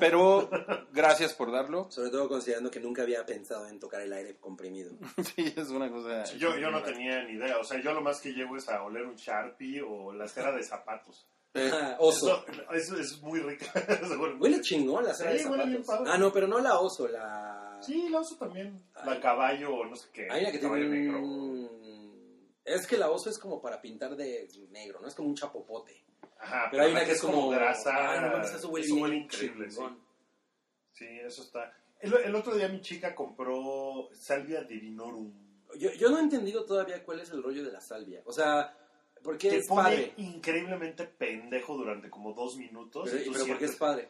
pero gracias por darlo.
Sobre todo considerando que nunca había pensado en tocar el aire comprimido.
Sí, es una cosa...
Yo, yo no tenía ni idea. O sea, yo lo más que llego es a oler un Sharpie o la cera de zapatos.
Eh,
Ah, oso.
Eso, eso es muy rica.
Huele chingón la cera
Sí,
de
huele bien
zapatos.
padre.
Ah, no, pero no la oso, la...
Sí, la oso también. La
Ay.
caballo o no sé qué.
Hay una que tiene
caballo negro.
un... Es que la oso es como para pintar de negro, no es como un chapopote.
Ajá,
Pero hay
Ah, la
una que es como...
grasa.
Ah, no mames, eso huele
eso
bien
huele increíble. Sí.
chingón.
Sí, eso está. El, el otro día mi chica compró salvia divinorum.
Yo, yo no he entendido todavía cuál es el rollo de la salvia. O sea, porque
Que
es
pone
padre.
increíblemente pendejo durante como dos minutos.
Pero,
y tú
pero porque
sientes-
es padre.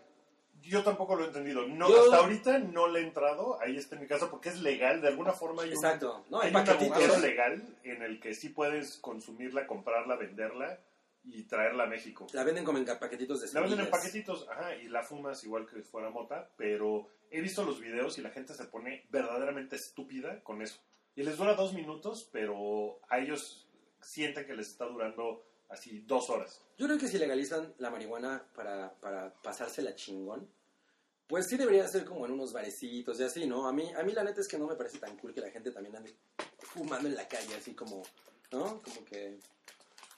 Yo tampoco lo he entendido. No,
Yo-
Hasta ahorita no le he entrado. Ahí está en mi casa porque es legal. De alguna forma hay un-
Exacto. No,
hay
hay
un agujero
paquetitos.
legal en el que sí puedes consumirla, comprarla, venderla y traerla a México.
La venden como en ca- paquetitos de
La venden en
semillas.
paquetitos, ajá, y la fumas igual que fuera mota, pero he visto los videos y la gente se pone verdaderamente estúpida con eso. Y les dura dos minutos, pero a ellos sienten que les está durando así dos horas.
Yo creo que si legalizan la marihuana para, para pasársela chingón, pues sí debería ser como en unos barecitos y así, ¿no? A mí, a mí la neta es que no me parece tan cool que la gente también ande fumando en la calle, así como, ¿no? Como que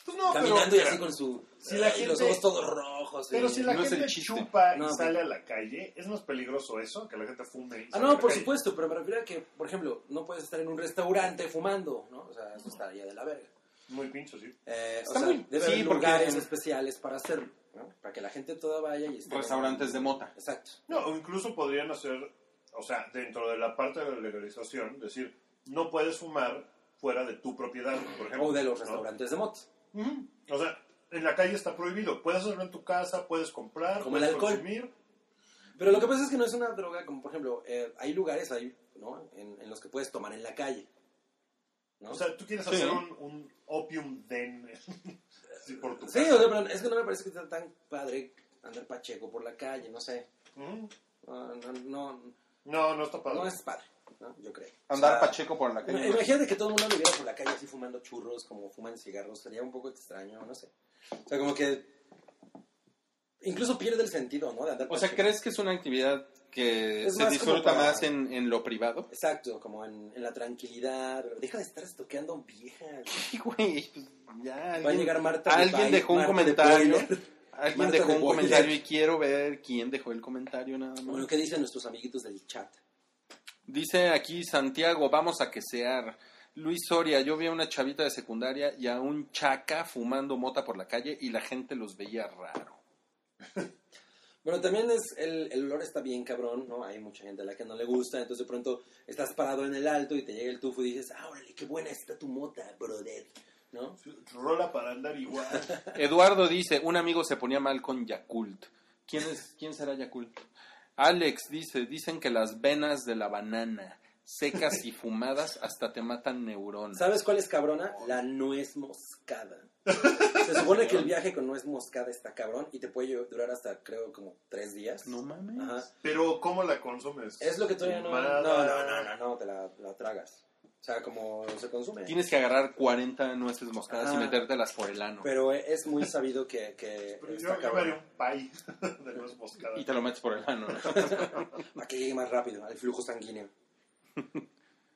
Pues no,
caminando y así con su...
si la
ay,
gente-
los ojos todos rojos.
Pero
y-
si la
No es
gente
el chiste.
chupa
No,
y
pero-
sale a la calle, ¿es más peligroso eso? Que la gente fume y
Ah,
salga a
no,
la
por
calle?
supuesto, pero me refiero a que, por ejemplo, no puedes estar en un restaurante fumando, ¿no? O sea, eso estaría de la verga.
Muy pincho, sí.
Eh, o
Está
sea,
muy-
debe
sí,
haber
porque-
lugares especiales para hacerlo, ¿no? Para que la gente toda vaya y esté...
Restaurantes de mota.
Exacto.
No, o incluso podrían hacer, o sea, dentro de la parte de la legalización, decir, no puedes fumar fuera de tu propiedad, por ejemplo.
O de los
¿no?
restaurantes de mota.
Ujú. O sea, en la calle está prohibido. Puedes hacerlo en tu casa, puedes comprar,
Como el
puedes
alcohol.
consumir.
Pero lo que pasa es que no es una droga como, por ejemplo, eh, hay lugares ahí, ¿no? En, en los que puedes tomar en la calle. ¿no?
O sea, tú quieres
Sí.
hacer un, un opium den sí, por tu
sí,
casa.
o sea, pero es que no me parece que sea tan padre andar pacheco por la calle, no sé.
Ujú.
No, no, no,
No, no está padre.
no es padre, ¿no? yo creo.
Andar
O sea,
pacheco por la
ima-
calle.
Imagínate que todo el mundo anduviera por la calle así fumando churros, como fuman cigarros, sería un poco extraño, no sé. O sea, como que incluso pierde el sentido, ¿no? De andar
O sea,
pacheco.
¿crees que es una actividad que
Es
se
más como
disfruta
para-
más en, en lo privado.
Exacto, como en, en la tranquilidad. Deja de estar toqueando viejas.
Sí, güey, pues, ya, alguien,
Va a llegar Marta. de
alguien
Baile,
dejó un
Marta de
comentario.
Baile.
Alguien
Marta
dejó
de
un
Boiler.
comentario y quiero ver quién dejó el comentario nada más.
Bueno, ¿qué dicen nuestros amiguitos del chat?
Dice aquí Santiago, vamos a quesear. Luis Soria, yo vi a una chavita de secundaria y a un chaca fumando mota por la calle y la gente los veía raro.
Bueno, también es el, el olor está bien cabrón, ¿no? Hay mucha gente a la que no le gusta, entonces de pronto estás parado en el alto y te llega el tufo y dices, ah, órale, qué buena está tu mota, brother, ¿no?
Rola para andar igual.
Eduardo dice, un amigo se ponía mal con Yakult. ¿Quién, es, ¿Quién será Yakult? Alex dice, dicen que las venas de la banana, secas y fumadas, hasta te matan neuronas.
¿Sabes cuál es cabrona? La nuez moscada. Se supone que el viaje con nuez moscada está cabrón y te puede lle- durar hasta, creo, como tres días.
No mames.
Ajá.
Pero, ¿cómo la consumes?
Es lo que todavía no... No,
Fumada.
no, no, no, no, te la, la tragas. O sea, como se consume.
Tienes que agarrar 40 nueces moscadas y
Ah.
metértelas por el ano.
Pero es muy sabido que, que
Pero
está
yo, yo me haría
cabrón.
un pay de nuez moscada.
Y te lo metes por el ano. ¿no?
Para que llegue más rápido al flujo sanguíneo.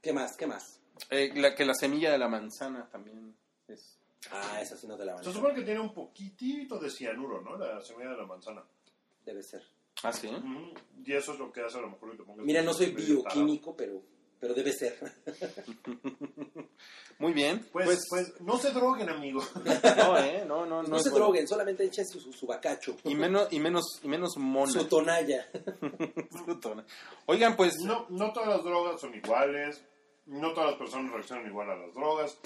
¿Qué más? ¿Qué más?
Eh, la, que la semilla de la manzana también es...
Ah, esa sí no te la van a
Se
hacer.
supone que tiene un poquitito de cianuro, ¿no? La semilla de la manzana.
Debe ser.
Ah, sí.
Ujú. Y eso es lo que hace a lo mejor que te pongas...
Mira, no soy
medio tarado.
bioquímico, pero, pero debe ser.
Muy bien.
Pues, pues, no se droguen, amigo.
no, ¿eh? No, no, no.
pues, No
es
se
bueno.
droguen, solamente echen su, su, su bacacho,
Y menos, y menos, y menos mona.
su tonalla.
Frutona. Oigan, pues,
No, no todas las drogas son iguales. No todas las personas reaccionan igual a las drogas.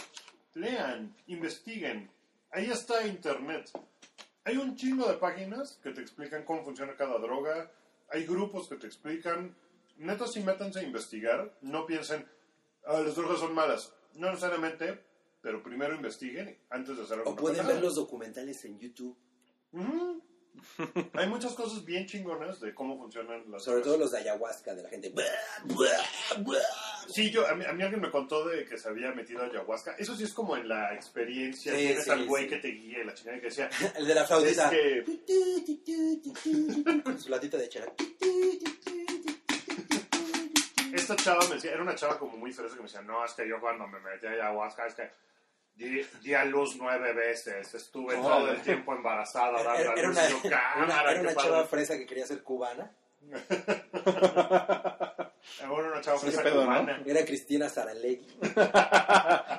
Lean, investiguen. Ahí está Internet. Hay un chingo de páginas que te explican cómo funciona cada droga. Hay grupos que te explican. Neta, si métanse a investigar, no piensen, ah, las drogas son malas. No necesariamente, pero primero investiguen antes de hacer
O
alguna
pueden
pendejada.
ver los documentales en YouTube.
Ujú. Hay muchas cosas bien chingonas de cómo funcionan las
Sobre
drogas.
todo los de ayahuasca, de la gente. "Buah, buah, buah".
Sí, yo, a mí, a mí alguien me contó de que se había metido ayahuasca. Eso sí es como en la experiencia.
Sí,
Tienes
sí,
al güey
sí.
que te guía, y la chingada que decía.
El de la
Es
flautita.
que
Con su latita de chela.
esta chava me decía, era una chava como muy fresca que me decía, no, es que yo cuando me metí a ayahuasca, es que di, di a luz nueve veces, estuve
Órale.
todo el tiempo embarazada dando
Era,
a
era
luz.
una,
Y yo,
una-
"Cámara,
era
qué
una
padre".
chava fresa que quería ser cubana.
Era Eh, una chava
Sí,
fresa
pedo, ¿no?
cubana.
Era Cristina Saralegui.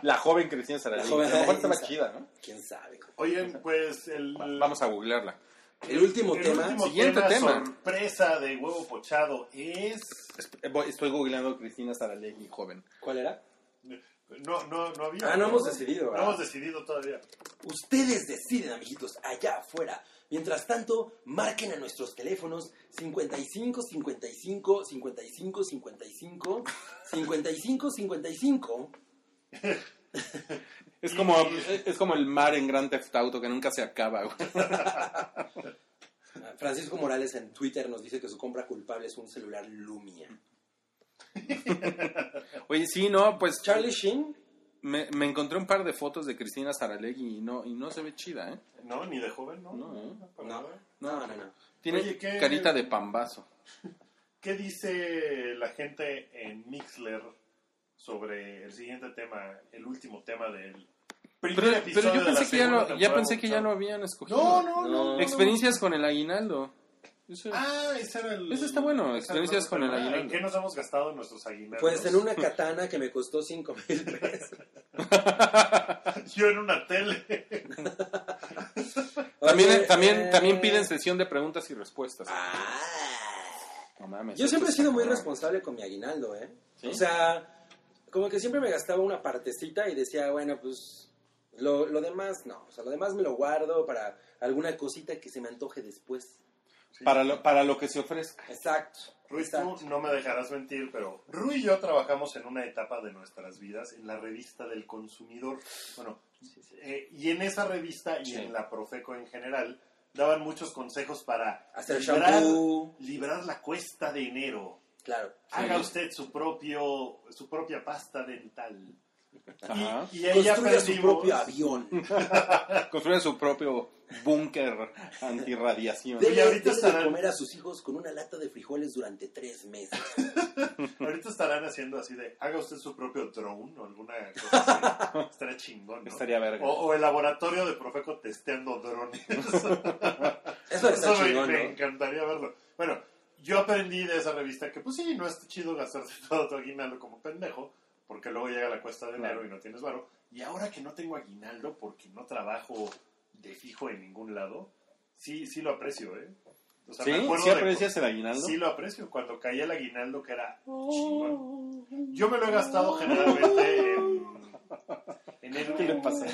la joven Cristina Sarandí.
La joven-
A lo mejor
Ay,
estaba
esa.
chida, ¿no?
¿Quién sabe?
Oigan, pues el...
Va- Vamos a googlearla.
El último
el
tema.
último
Siguiente tema.
sorpresa de huevo pochado es...
Eh, voy- Estoy googleando Cristina Saralegui, joven.
¿Cuál era?
No, no, no había.
Ah, no hemos decidido,
No
¿verdad?
hemos decidido todavía.
Ustedes deciden, amiguitos, allá afuera. Mientras tanto, marquen a nuestros teléfonos 55 55 55 55 55 55.
Es como, es como el mar en Grand Theft Auto que nunca se acaba, güey.
Ah, Francisco Morales en Twitter nos dice que su compra culpable es un celular Lumia.
Oye, sí, no, pues
Charlie Sheen,
me, me encontré un par de fotos de Cristina Saralegui y no, y no se ve chida, ¿eh?
No, ni de joven, ¿no?
No, ¿eh?
para
No.
nada.
no, no, no.
Tiene
Oye, ¿qué-
carita de pambazo.
¿Qué dice la gente en Mixler sobre el siguiente tema, el último tema del primer
Pero,
episodio
pero yo
de la
pensé que ya,
segunda
lo, ya
temporada,
pensé que ya lo
muchacho?
habían escogido.
No, no, no.
No.
no, no.
Experiencias con el aguinaldo. Eso-
Ah, ese era el.
Ese está bueno,
ese era
experiencias
otro
con el
tema. ¿En
aguinaldo.
qué nos hemos gastado nuestros aguinaldos?
Pues en una katana que me costó 5 mil pesos.
Yo en una tele.
También,
Oye,
también,
eh,
también piden sesión de preguntas y respuestas.
Ah.
No mames.
Yo siempre he
esto
sido
está
muy
cabrón.
responsable con mi aguinaldo, ¿eh?
¿Sí?
O sea, como que siempre me gastaba una partecita y decía, bueno, pues lo, lo demás no. O sea, lo demás me lo guardo para alguna cosita que se me antoje después.
Para lo, para lo que se ofrezca.
Exacto.
Ruiz,
exacto.
tú no me dejarás mentir, pero Rui y yo trabajamos en una etapa de nuestras vidas, en la revista del consumidor. Bueno, eh, y en esa revista y
Sí.
en la Profeco en general, daban muchos consejos para
Hacer
librar,
shampoo.
librar la cuesta de enero.
Claro.
Haga
Sí.
usted su, propio, su propia pasta dental.
Ajá.
Y, y ahí ya
Construye su
aprendimos-
propio avión.
Construye su propio búnker antirradiación.
De-
Debe,
ahorita
debe de
estarán-
comer a sus hijos con una lata de frijoles durante tres meses.
Ahorita estarán haciendo así de, haga usted su propio drone o alguna cosa así. Estaría chingón, ¿no?
Estaría verga.
Oh, O, o el laboratorio de Profeco testeando drones.
Eso está
me,
chingón,
me
¿no?
encantaría verlo. Bueno, yo aprendí de esa revista que, pues sí, no está chido gastarte todo tu aguinaldo como pendejo, porque luego llega la cuesta de enero
Claro.
y no tienes varo. Y ahora que no tengo aguinaldo porque no trabajo de fijo en ningún lado, sí, sí lo aprecio, ¿eh? O sea,
¿Sí?
me acuerdo
¿Sí
de-
aprecias el aguinaldo?
Sí lo aprecio. Cuando caía el aguinaldo, que era chingón. Yo me lo he gastado generalmente en... en el-
¿Qué le pasa?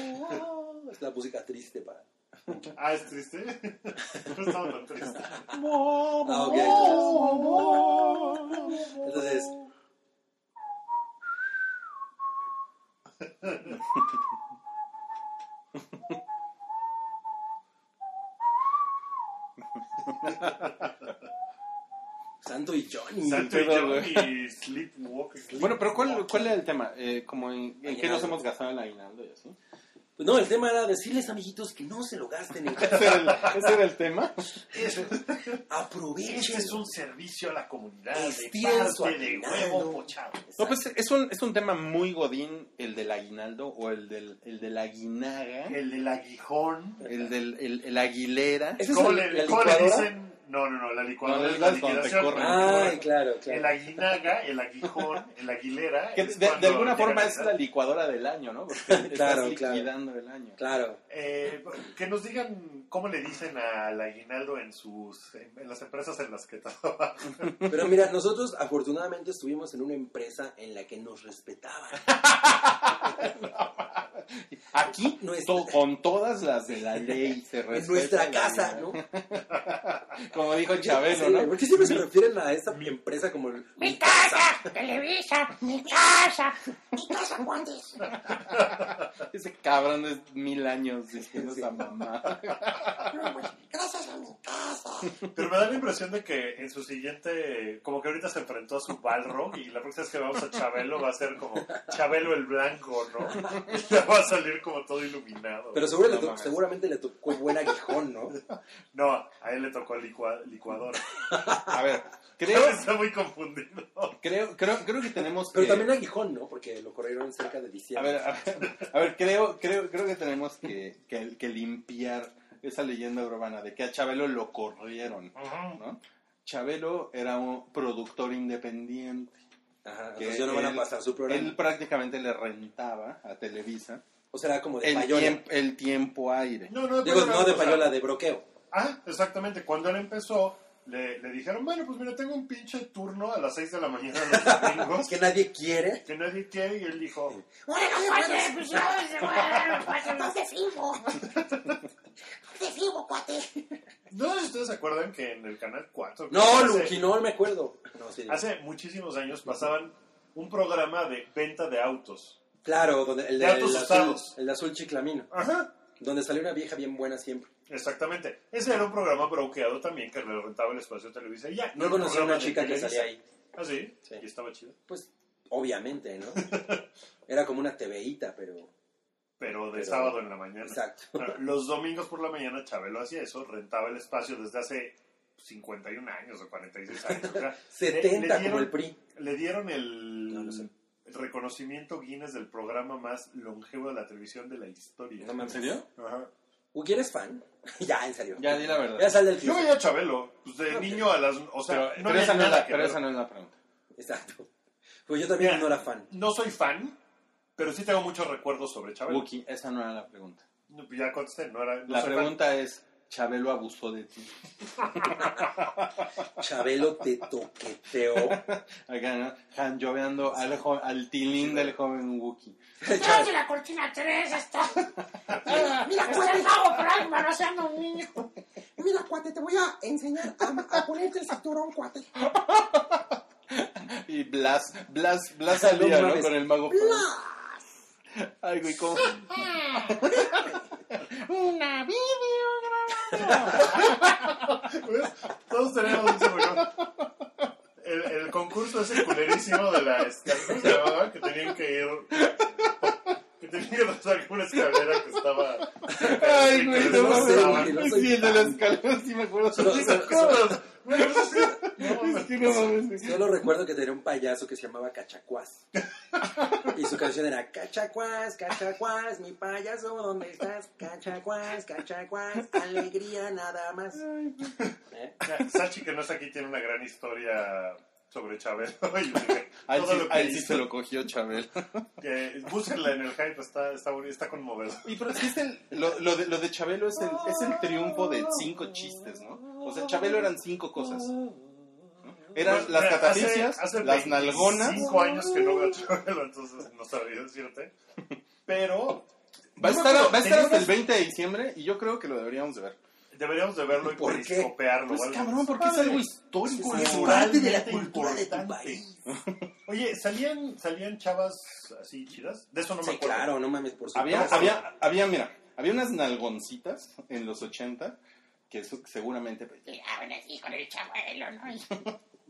Es la música triste para.
Ah, ¿es triste? No estaba tan triste.
Ah, ok. Entonces. Santo y Johnny.
Santo y
pedo,
Johnny y Sleepwalker.
Bueno, pero ¿cuál, cuál es el tema? Eh, como en, en qué nos
Aguinaldo.
hemos gastado el aguinaldo y así?
Pues no, el tema era decirles, amiguitos, que no se lo gasten en casa.
¿Ese era el, ese era el tema?
Aprovechen.
Este es un servicio a la comunidad de
Estiran su
parte de
aguinaldo.
huevo pochado.
No, pues es un, es un tema muy godín el del aguinaldo o el del, el de la guinaga,
El del aguijón.
el del el, el aguilera.
¿Ese es
¿Cómo
el-
le,
la
cómo le
licuadora?
dicen? No, no, no, la licuadora
No,
es la
es cuando te
liquidación.
corren.
Ay, claro,
El
claro.
aguinaga, el aguijón, el aguilera.
Que de,
es
de
cuando
alguna
llegan
forma
a
es la licuadora del año, ¿no? Porque estás
Claro, claro.
liquidando el año.
Claro.
Eh, que nos digan cómo le dicen al aguinaldo en sus en, en las empresas en las que trabaja.
Pero mira, nosotros afortunadamente estuvimos en una empresa en la que nos respetaban.
Aquí,
Nuestra-
to- con todas las de la ley, se
En
respeta
nuestra
el
casa,
aguinaldo.
¿no?
Como dijo
Sí,
Chabelo, ¿no?
¿Por qué siempre se refieren a esa mi empresa como el-
Mi casa, Televisa, mi casa, mi casa, Juanes.
Ese cabrón es mil años diciendo esa mamá.
Gracias a mi casa.
Pero me da la impresión de que en su siguiente, como que ahorita se enfrentó a su Balrog y la próxima vez que vamos a Chabelo va a ser como Chabelo el Blanco, ¿no? Ya va a salir como todo iluminado.
Pero seguro le
No
to-
mames.
seguramente le tocó buen aguijón, ¿no?
No, a él le tocó licua- licuadora.
A ver, creo,
Está muy confundido.
creo, creo, creo que tenemos que...
Pero también aguijón, ¿no? Porque lo corrieron cerca de
A
diciembre.
ver, a ver, a ver, creo, creo, creo que tenemos que, que- que limpiar esa leyenda urbana de que a Chabelo lo corrieron, ¿no? Chabelo era un productor independiente.
Ajá,
que
entonces ya no van a
él-
pasar su programa.
Él prácticamente le rentaba a Televisa
o será como de
el,
payola.
tiemp- el tiempo aire.
No, no,
Digo,
pero
no de
o sea,
payola, de broqueo.
Ah, exactamente. Cuando él empezó, le, le dijeron, bueno, pues mira, tengo un pinche turno a las 6 de la mañana los domingos
Que nadie quiere.
que nadie quiere y él dijo,
Bueno, cuate, pues yo, bueno, cuate, no te fingo. No te fingo, cuate.
no, ¿ustedes se acuerdan que en el Canal 4?
No, Luqui, no me acuerdo. No, sí.
Hace muchísimos años pasaban un programa de venta de autos.
Claro, donde el, de,
De autos
el azul,
usados.
el de azul chiclamino.
Ajá.
Donde salió una vieja bien buena siempre.
Exactamente. Ese era un programa broqueado también que le rentaba el espacio de Televisa. y Ya,
No
era un
conocí a
programa
una
de
chica que
Televisa.
salía ahí.
Ah, sí.
Sí.
Y estaba chido.
Pues, obviamente, ¿no? Era como una TVita, pero...
Pero de
Pero-
sábado en la mañana.
Exacto.
Bueno, los domingos por la mañana Chabelo hacía eso, rentaba el espacio desde hace 51 años o 46 años. o sea, le- le
70 como
dieron-
el PRI.
Le dieron el,
No, no sé.
el reconocimiento Guinness del programa más longevo de la televisión de la historia.
No mames.
Ajá.
Uki, ¿eres fan? ya, en serio.
Ya, di la verdad.
Ya sal del
Yo
tío.
veía a Chabelo, pues de niño a las... O sea,
pero
no
pero
había
esa, no es
nada
la,
que
pero
ver.
esa no es la pregunta.
Exacto. Pues yo también
Mira,
no era fan.
No soy fan, pero sí tengo muchos recuerdos sobre Chabelo.
Wookie, esa no era la pregunta.
No, pues ya contesté, no era... no
La
soy
pregunta es, ¿Chabelo abusó de ti?
Chabelo te toqueteó.
Acá, ¿no? Han, yo veando al, jo- al tilín del joven Wookie.
Detrás de la cortina 3 está. Mira, mira, cuate. Hago por ahí manoseando a un niño.
Mira, cuate, te voy a enseñar a, a ponerte el cinturón, cuate.
Y Blas, Blas, Blas
No
salía, ¿no?
mames.
Con el mago. Blas. Ay, güey, ¿cómo?
Una videograma.
fan. ¿Ves? Todos tenemos un segundo. El, el concurso ese culerísimo de la... este, ¿Cómo se llamaba? Que tenían que ir que tenía que pasar con una escalera que estaba.
Ay, güey, no
No sé, güey,
mames.
no soy
Sí, el de la
fan.
escalera sí me acuerdo.
Solo-
Sí,
solo-
cosas.
Güey, no sé. No,
Es que no mames.
Solo recuerdo que tenía un payaso que se llamaba Cachacuás. Y su canción era Cachacuás, Cachacuás, mi payaso, ¿dónde estás? Cachacuás, Cachacuás, alegría nada más. ¿Eh?
Mira, Sachi, que no está aquí, tiene una gran historia sobre Chabelo. y de
Ahí
todo
sí,
lo que
ahí sí
hizo.
se lo cogió Chabel.
Que búsquenla en el hype, está, está, bonita, está conmovedora.
Y pero es que es el- lo, lo de, lo de Chabelo es el, es el triunfo de cinco chistes, ¿no? O sea, Chabelo eran cinco cosas. ¿no? Eran
Pues,
las
mira,
catafixas,
hace- hace
las nalgonas.
25 años que no veo Chabelo, entonces no sabría decirte. Pero.
Va a
yo me
estar,
acuerdo,
va a estar
tenía
hasta el
unas-
20 de diciembre y yo creo que lo deberíamos de ver.
Deberíamos de verlo y
¿Por qué?
periscopearlo.
Pues
o algo.
cabrón, porque es algo histórico,
Es
natural.
parte de la
naturalmente
cultura de tu
importante.
país.
Oye, ¿salían, ¿salían chavas así chidas? De eso no me
Sí,
acuerdo.
claro, no mames, por
Había,
supuesto.
había, había, mira, había unas nalgoncitas en los 80 que eso seguramente...
Y ahora Ah, sí con el chabuelo, ¿no? Y-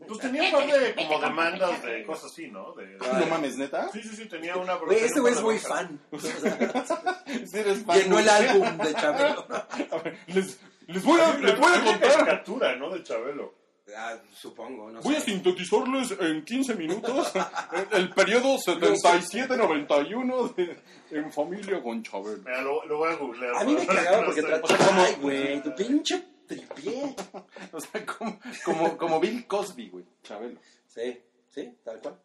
Pues tenía un par de como demandas de cosas así, ¿no? De-
No mames, neta.
Sí, sí, sí, tenía una
Güey, este güey es muy
brujería.
fan. O sea,
Sí eres fan,
Llenó el
güey.
álbum de Chabelo.
A ver, les, les voy a, les voy a
Una
contar.
caricatura, ¿no? De Chabelo.
Ah, supongo, no
Voy a
sé.
sintetizarles en 15 minutos el periodo 77-91 de- en familia con Chabelo.
Mira, lo, lo voy a googlear.
A mí me
Ahora que
cagaba
no
porque
estoy-
trataba... Ay, güey, tu pinche tripié.
O sea, como, como, como Bill Cosby, güey. Chabelo.
Sí, sí, tal cual.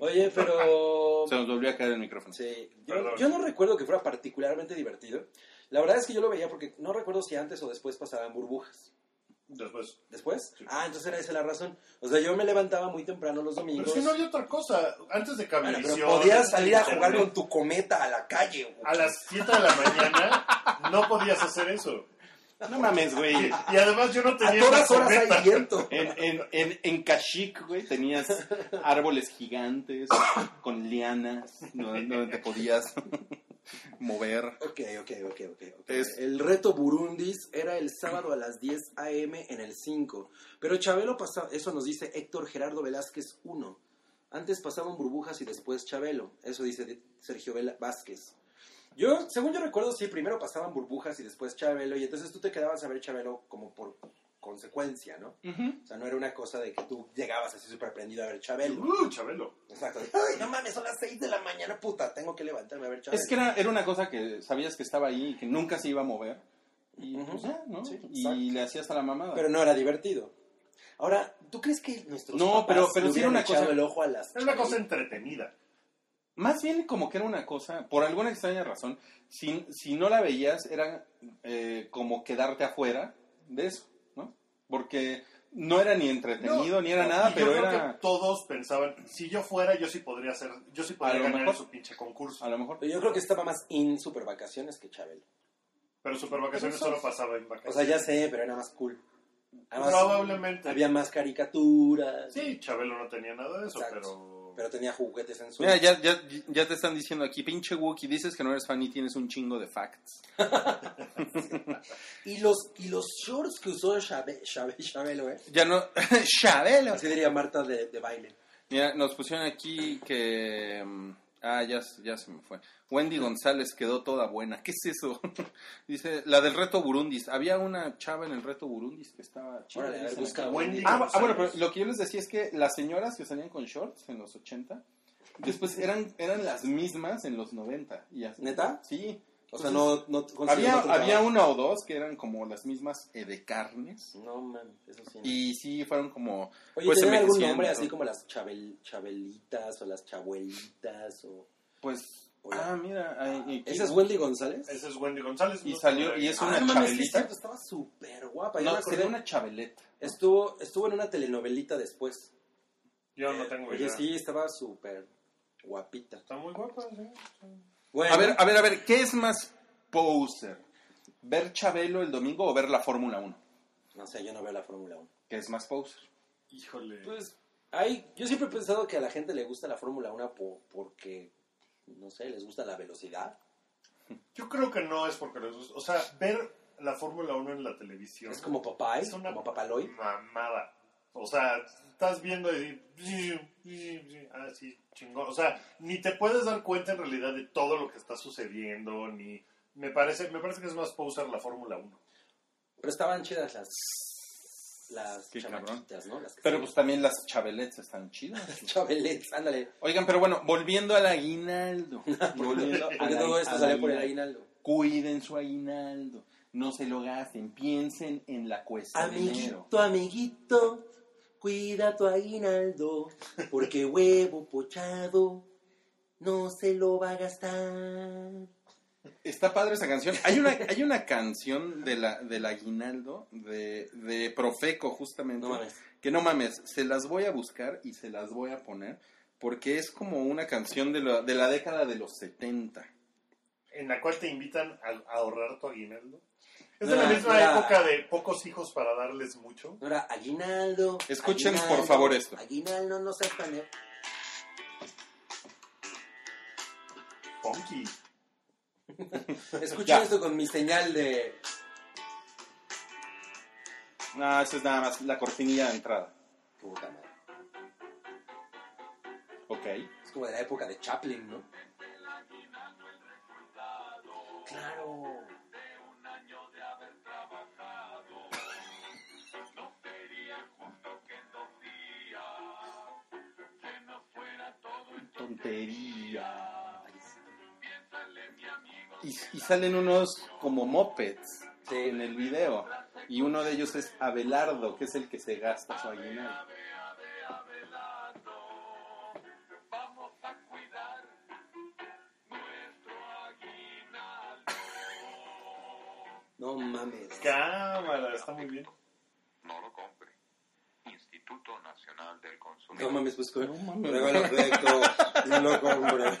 Oye, pero...
Se nos volvió a caer el micrófono.
Sí, yo,
Perdón.
yo no recuerdo que fuera particularmente divertido. La verdad es que yo lo veía porque no recuerdo si antes o después pasaban burbujas.
Después.
¿Después? Ah, entonces era esa la razón. O sea, yo me levantaba muy temprano los
Pero
domingos.
es que no había otra cosa. Antes de
Bueno,
Cablevisión...
pero podías
antes de
salir a jugar
internet,
con tu cometa a la calle. güey.
A las 7 de la mañana no podías hacer eso.
No mames, güey.
Y, y además yo no
A
tenía
todas
una
horas hay
cometa.
viento.
En, en, en, en Kashik, güey, tenías árboles gigantes con lianas no- donde te podías mover.
Ok, ok, ok, ok. ok.
Es-
El reto Burundis era el sábado a las 10 a.m. en el 5. Pero Chabelo pasaba, eso nos dice Héctor Gerardo Velázquez 1. Antes pasaban burbujas y después Chabelo. Eso dice de- Sergio Vela- Vázquez. Yo, según yo recuerdo, sí, primero pasaban burbujas y después Chabelo. Y entonces tú te quedabas a ver Chabelo como por consecuencia, ¿no? O sea, no era una cosa de que tú llegabas así súper prendido a ver Chabelo.
Uh, Chabelo.
Exacto. Ay, no mames, son las 6 de la mañana, puta. Tengo que levantarme a ver Chabelo.
Es que era, era una cosa que sabías que estaba ahí y que nunca se iba a mover. Y
Ujú.
pues ya, ¿no?
Sí,
y
exacto.
le hacías a la mamada.
Pero no era divertido. Ahora, ¿tú crees que nuestros
No,
papás
pero- pero
le
sí era una
hubieran echado
cosa-
el ojo a las
Es una cosa
chavitas?
entretenida.
Más bien como que era una cosa, por alguna extraña razón, si, si no la veías, era eh, como quedarte afuera de eso, ¿no? Porque no era ni entretenido, ni era
no,
nada,
y
pero
yo creo
era...
que todos pensaban, si yo fuera, yo sí podría hacer, yo sí
A
podría
lo
ganar
mejor.
en su pinche concurso.
A lo mejor...
Pero yo creo que estaba más in super vacaciones que Chabelo.
Pero Supervacaciones solo pasaba en
O
vacaciones.
sea, ya sé, pero era más cool. Además,
Probablemente.
Había más caricaturas.
Sí, Chabelo no tenía nada de eso,
Exacto.
pero...
Pero tenía juguetes en su.
Mira, ya, ya, ya te están diciendo aquí, pinche Wookie, dices que no eres fan y tienes un chingo de facts.
Y los, y los shorts que usó Chabe- Chabe- Chabelo, ¿eh?
Ya no... ¡Chabelo!
Así diría Marta de, de baile.
Mira, nos pusieron aquí que... mm, Ah, ya, se- ya se me fue. Wendy González quedó toda buena. ¿Qué es eso? Dice, la del reto Burundis. Había una chava en el reto Burundis que estaba chida.
Órale, a ver,
Dice la
busca
cara.
Wendy
Ah, bu-
González.
ah, bueno, pero lo que yo les decía es que las señoras que salían con shorts en los 80, después eran, eran las mismas en los 90. Y así.
¿Neta?
Sí.
O sea,
Entonces,
no. no
Había,
consiguió otro
había
trabajo.
una o dos que eran como las mismas eh, de carnes.
No, man, eso sí. no.
Y sí, fueron como...
Oye,
pues,
¿tenían algún
envejeciendo.
nombre así como las Chabel- Chabelitas o las Chabuelitas o.?
Pues...
Hola.
Ah, mira. ay, y-
¿Esa es Wendy González?
Ese es Wendy González.
Y
no
salió-
sé.
y es
Ah,
un- una
no mames,
chabelita.
sí, cierto, estaba súper guapa. yo me
No,
acordé.
sería una chabeleta.
estuvo, estuvo en una telenovelita después.
Yo no tengo
Oye,
idea.
sí, estaba súper guapita.
Está muy ¿eh? guapa, sí.
Bueno,
A ver, a ver, a ver, ¿qué es más poser? ¿Ver Chabelo el domingo o ver la Fórmula 1?
no sé, yo no veo la Fórmula 1.
¿Qué es más poser?
Híjole.
Pues, hay, yo siempre he pensado que a la gente le gusta la Fórmula 1 po- porque, no sé, les gusta la velocidad.
Yo creo que no es porque les gusta. O sea, ver la Fórmula 1 en la televisión
Es como Popeye,
Es una
como Papaloy.
mamada. O sea, estás viendo y... Ah, sí, chingón. O sea, ni te puedes dar cuenta en realidad de todo lo que está sucediendo, ni... Me parece, me parece que es más usar la Fórmula 1.
Pero estaban chidas las. Las
Qué
chamaquitas, ¿no? Las que
Pero
se-
pues también las chabelets están chidas.
Chabelets, ándale.
Oigan, pero bueno, volviendo al aguinaldo. volviendo
Porque
al
todo
agui-
esto
al
sale por el aguinaldo.
Cuiden su aguinaldo. No se lo gasten. Piensen en la cuesta de enero.
Amiguito, amiguito, cuida tu aguinaldo, porque huevo pochado no se lo va a gastar.
Está padre esa canción. Hay una, hay una canción de la, del aguinaldo de, de Profeco, justamente.
No mames.
Que no mames, se las voy a buscar y se las voy a poner porque es como una canción de la, de la década de los 70.
En la cual te invitan a, a ahorrar tu aguinaldo. Es de
No,
la misma
no.
época de pocos hijos para darles mucho.
No era aguinaldo.
Escuchen,
aguinaldo,
por favor, esto.
Aguinaldo no seas tan...
Funky.
Escuchen
Ya.
esto con mi señal de.
No, eso es nada más la cortinilla de entrada.
Puta madre.
Ok.
Es como de la época de Chaplin, ¿no? Claro.
Tontería. Y, y salen unos como mopeds en el video. Y uno de ellos es Abelardo, que es el que se gasta su aguinaldo.
No mames.
Cámara, está muy bien.
No lo compre. Instituto Nacional del Consumidor.
No mames, busco.
No mames.
Regalo recto. No lo compré.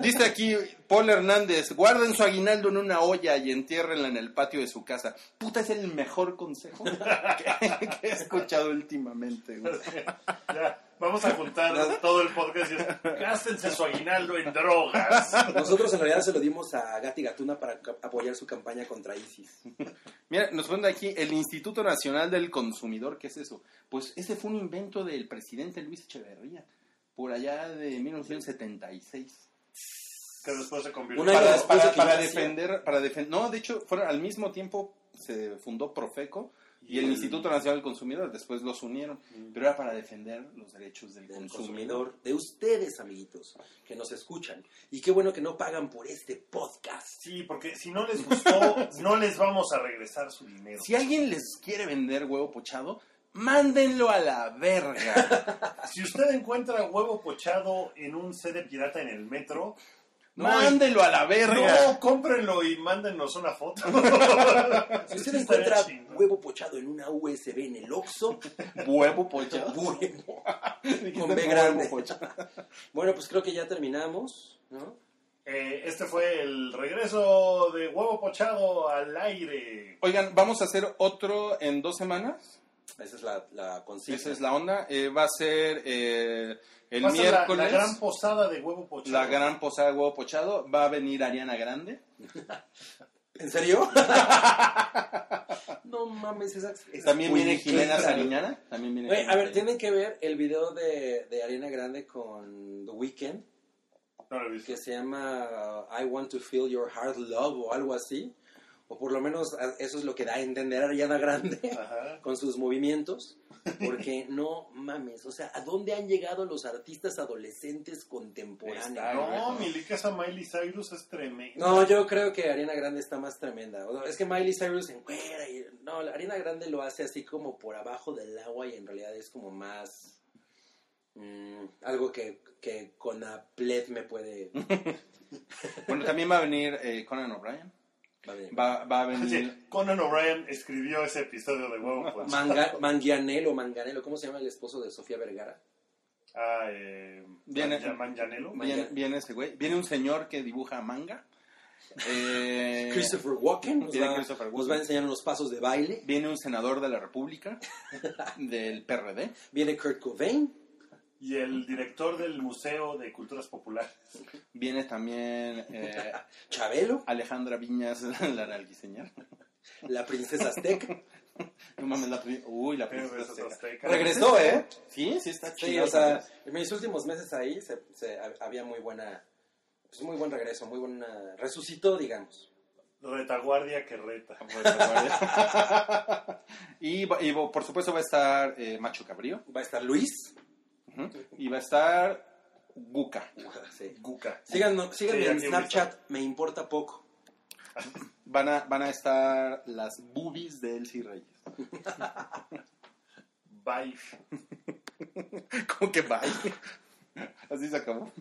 Dice aquí Paul Hernández, guarden su aguinaldo en una olla y entiérrenla en el patio de su casa. Puta, es el mejor consejo que, que he escuchado últimamente. güey.
Ya, vamos a juntar todo el podcast y es, gástense su aguinaldo en drogas.
Nosotros en realidad se lo dimos a Gati Gatuna para ca- apoyar su campaña contra ISIS.
Mira, nos ponen aquí el Instituto Nacional del Consumidor, ¿qué es eso? Pues ese fue un invento del presidente Luis Echeverría, por allá de 1976.
Que después se convirtió
Un año
para,
después de
para-
que
para
yo nací.
defender, para defender, no, de hecho, fueron al mismo tiempo se fundó Profeco y el Instituto Nacional del Consumidor, después los unieron,
Mm.
pero era para defender los derechos del,
Del
consumidor.
consumidor, de ustedes, amiguitos, que nos escuchan. Y qué bueno que no pagan por este podcast.
Sí, porque si no les gustó, no les vamos a regresar su dinero.
Si alguien les quiere vender huevo pochado, mándenlo a la verga.
Si usted encuentra huevo pochado en un CD pirata en el metro, No,
mándenlo a la
no,
verga.
cómprenlo y mándenos una foto.
Si usted
Estaría
encuentra
chingón.
huevo pochado en una USB en el Oxxo,
Huevo pochado.
huevo.
Dijiste
Con B
huevo
grande.
pochado.
Bueno, pues creo que ya terminamos, ¿no?
Eh, este fue el regreso de huevo pochado al aire.
Oigan, vamos a hacer otro en dos semanas.
Esa es la, la consigna.
Esa es la onda. Eh, va a ser eh, el
Va a ser la-
miércoles.
La, gran posada de huevo pochado.
La gran posada de huevo pochado. Va a venir Ariana Grande.
¿En serio? no mames, esa... esa-
También viene
Uy,
Jimena
qué-
Sariñana. También viene
Güey, a ver,
Jimena
tienen que ver el video de, de Ariana Grande con The Weeknd,
No lo he visto.
que se llama uh, I Want to Feel Your Heart Love o algo así. O por lo menos a- eso es lo que da a entender Ariana Grande
Ajá.
con sus movimientos. Porque no mames, o sea, ¿a dónde han llegado los artistas adolescentes
Está,
contemporáneos?
No, mi lica esa Miley Cyrus es tremenda.
No, yo creo que Ariana Grande está más tremenda. O sea, es que Miley Cyrus se encuera y no, Ariana Grande lo hace así como por abajo del agua y en realidad es como más mm, algo que, que con Aplet E me puede.
Sariñana. Bueno, también va a venir eh, Conan O'Brien.
va a venir.
Va, va a venir.
Oye, Conan O'Brien escribió ese episodio de huevo pues. pochado.
Manga- Mangianelo, Manganelo, ¿cómo se llama el esposo de Sofía Vergara?
Ah, eh,
Viene-
Manja- Manganiello.
Viene, viene ese güey. Viene un señor que dibuja manga. Eh,
Christopher Walken nos
viene
va,
Christopher
nos
Walken.
va a enseñar unos pasos de baile.
viene un senador de la República, del PRD.
Viene Kurt Cobain.
y el director del Museo de Culturas Populares.
Viene también eh,
Chabelo,
Alejandra Viñas, la nalguiseña.
la princesa azteca.
No mames, la pri- Uy, la princesa
Princesa
azteca.
Azteca.
Regresó, ¿eh?
Sí, sí, está
Sí,
chido.
o sea, en mis últimos meses ahí se- se- ha- había muy buena, pues muy buen regreso, muy buena, resucitó, digamos.
Retaguardia que reta.
y, va- y va- por supuesto va a estar eh, Macho Cabrío.
Va a estar Luis.
Ujú. Y va a estar Guca.
Sí.
Guca.
Síganme, síganme
Sí,
en
aquí
Snapchat, me importa poco.
Van a, van a estar las boobies de Elsie Reyes.
Bye.
¿Cómo que bye? Así se acabó.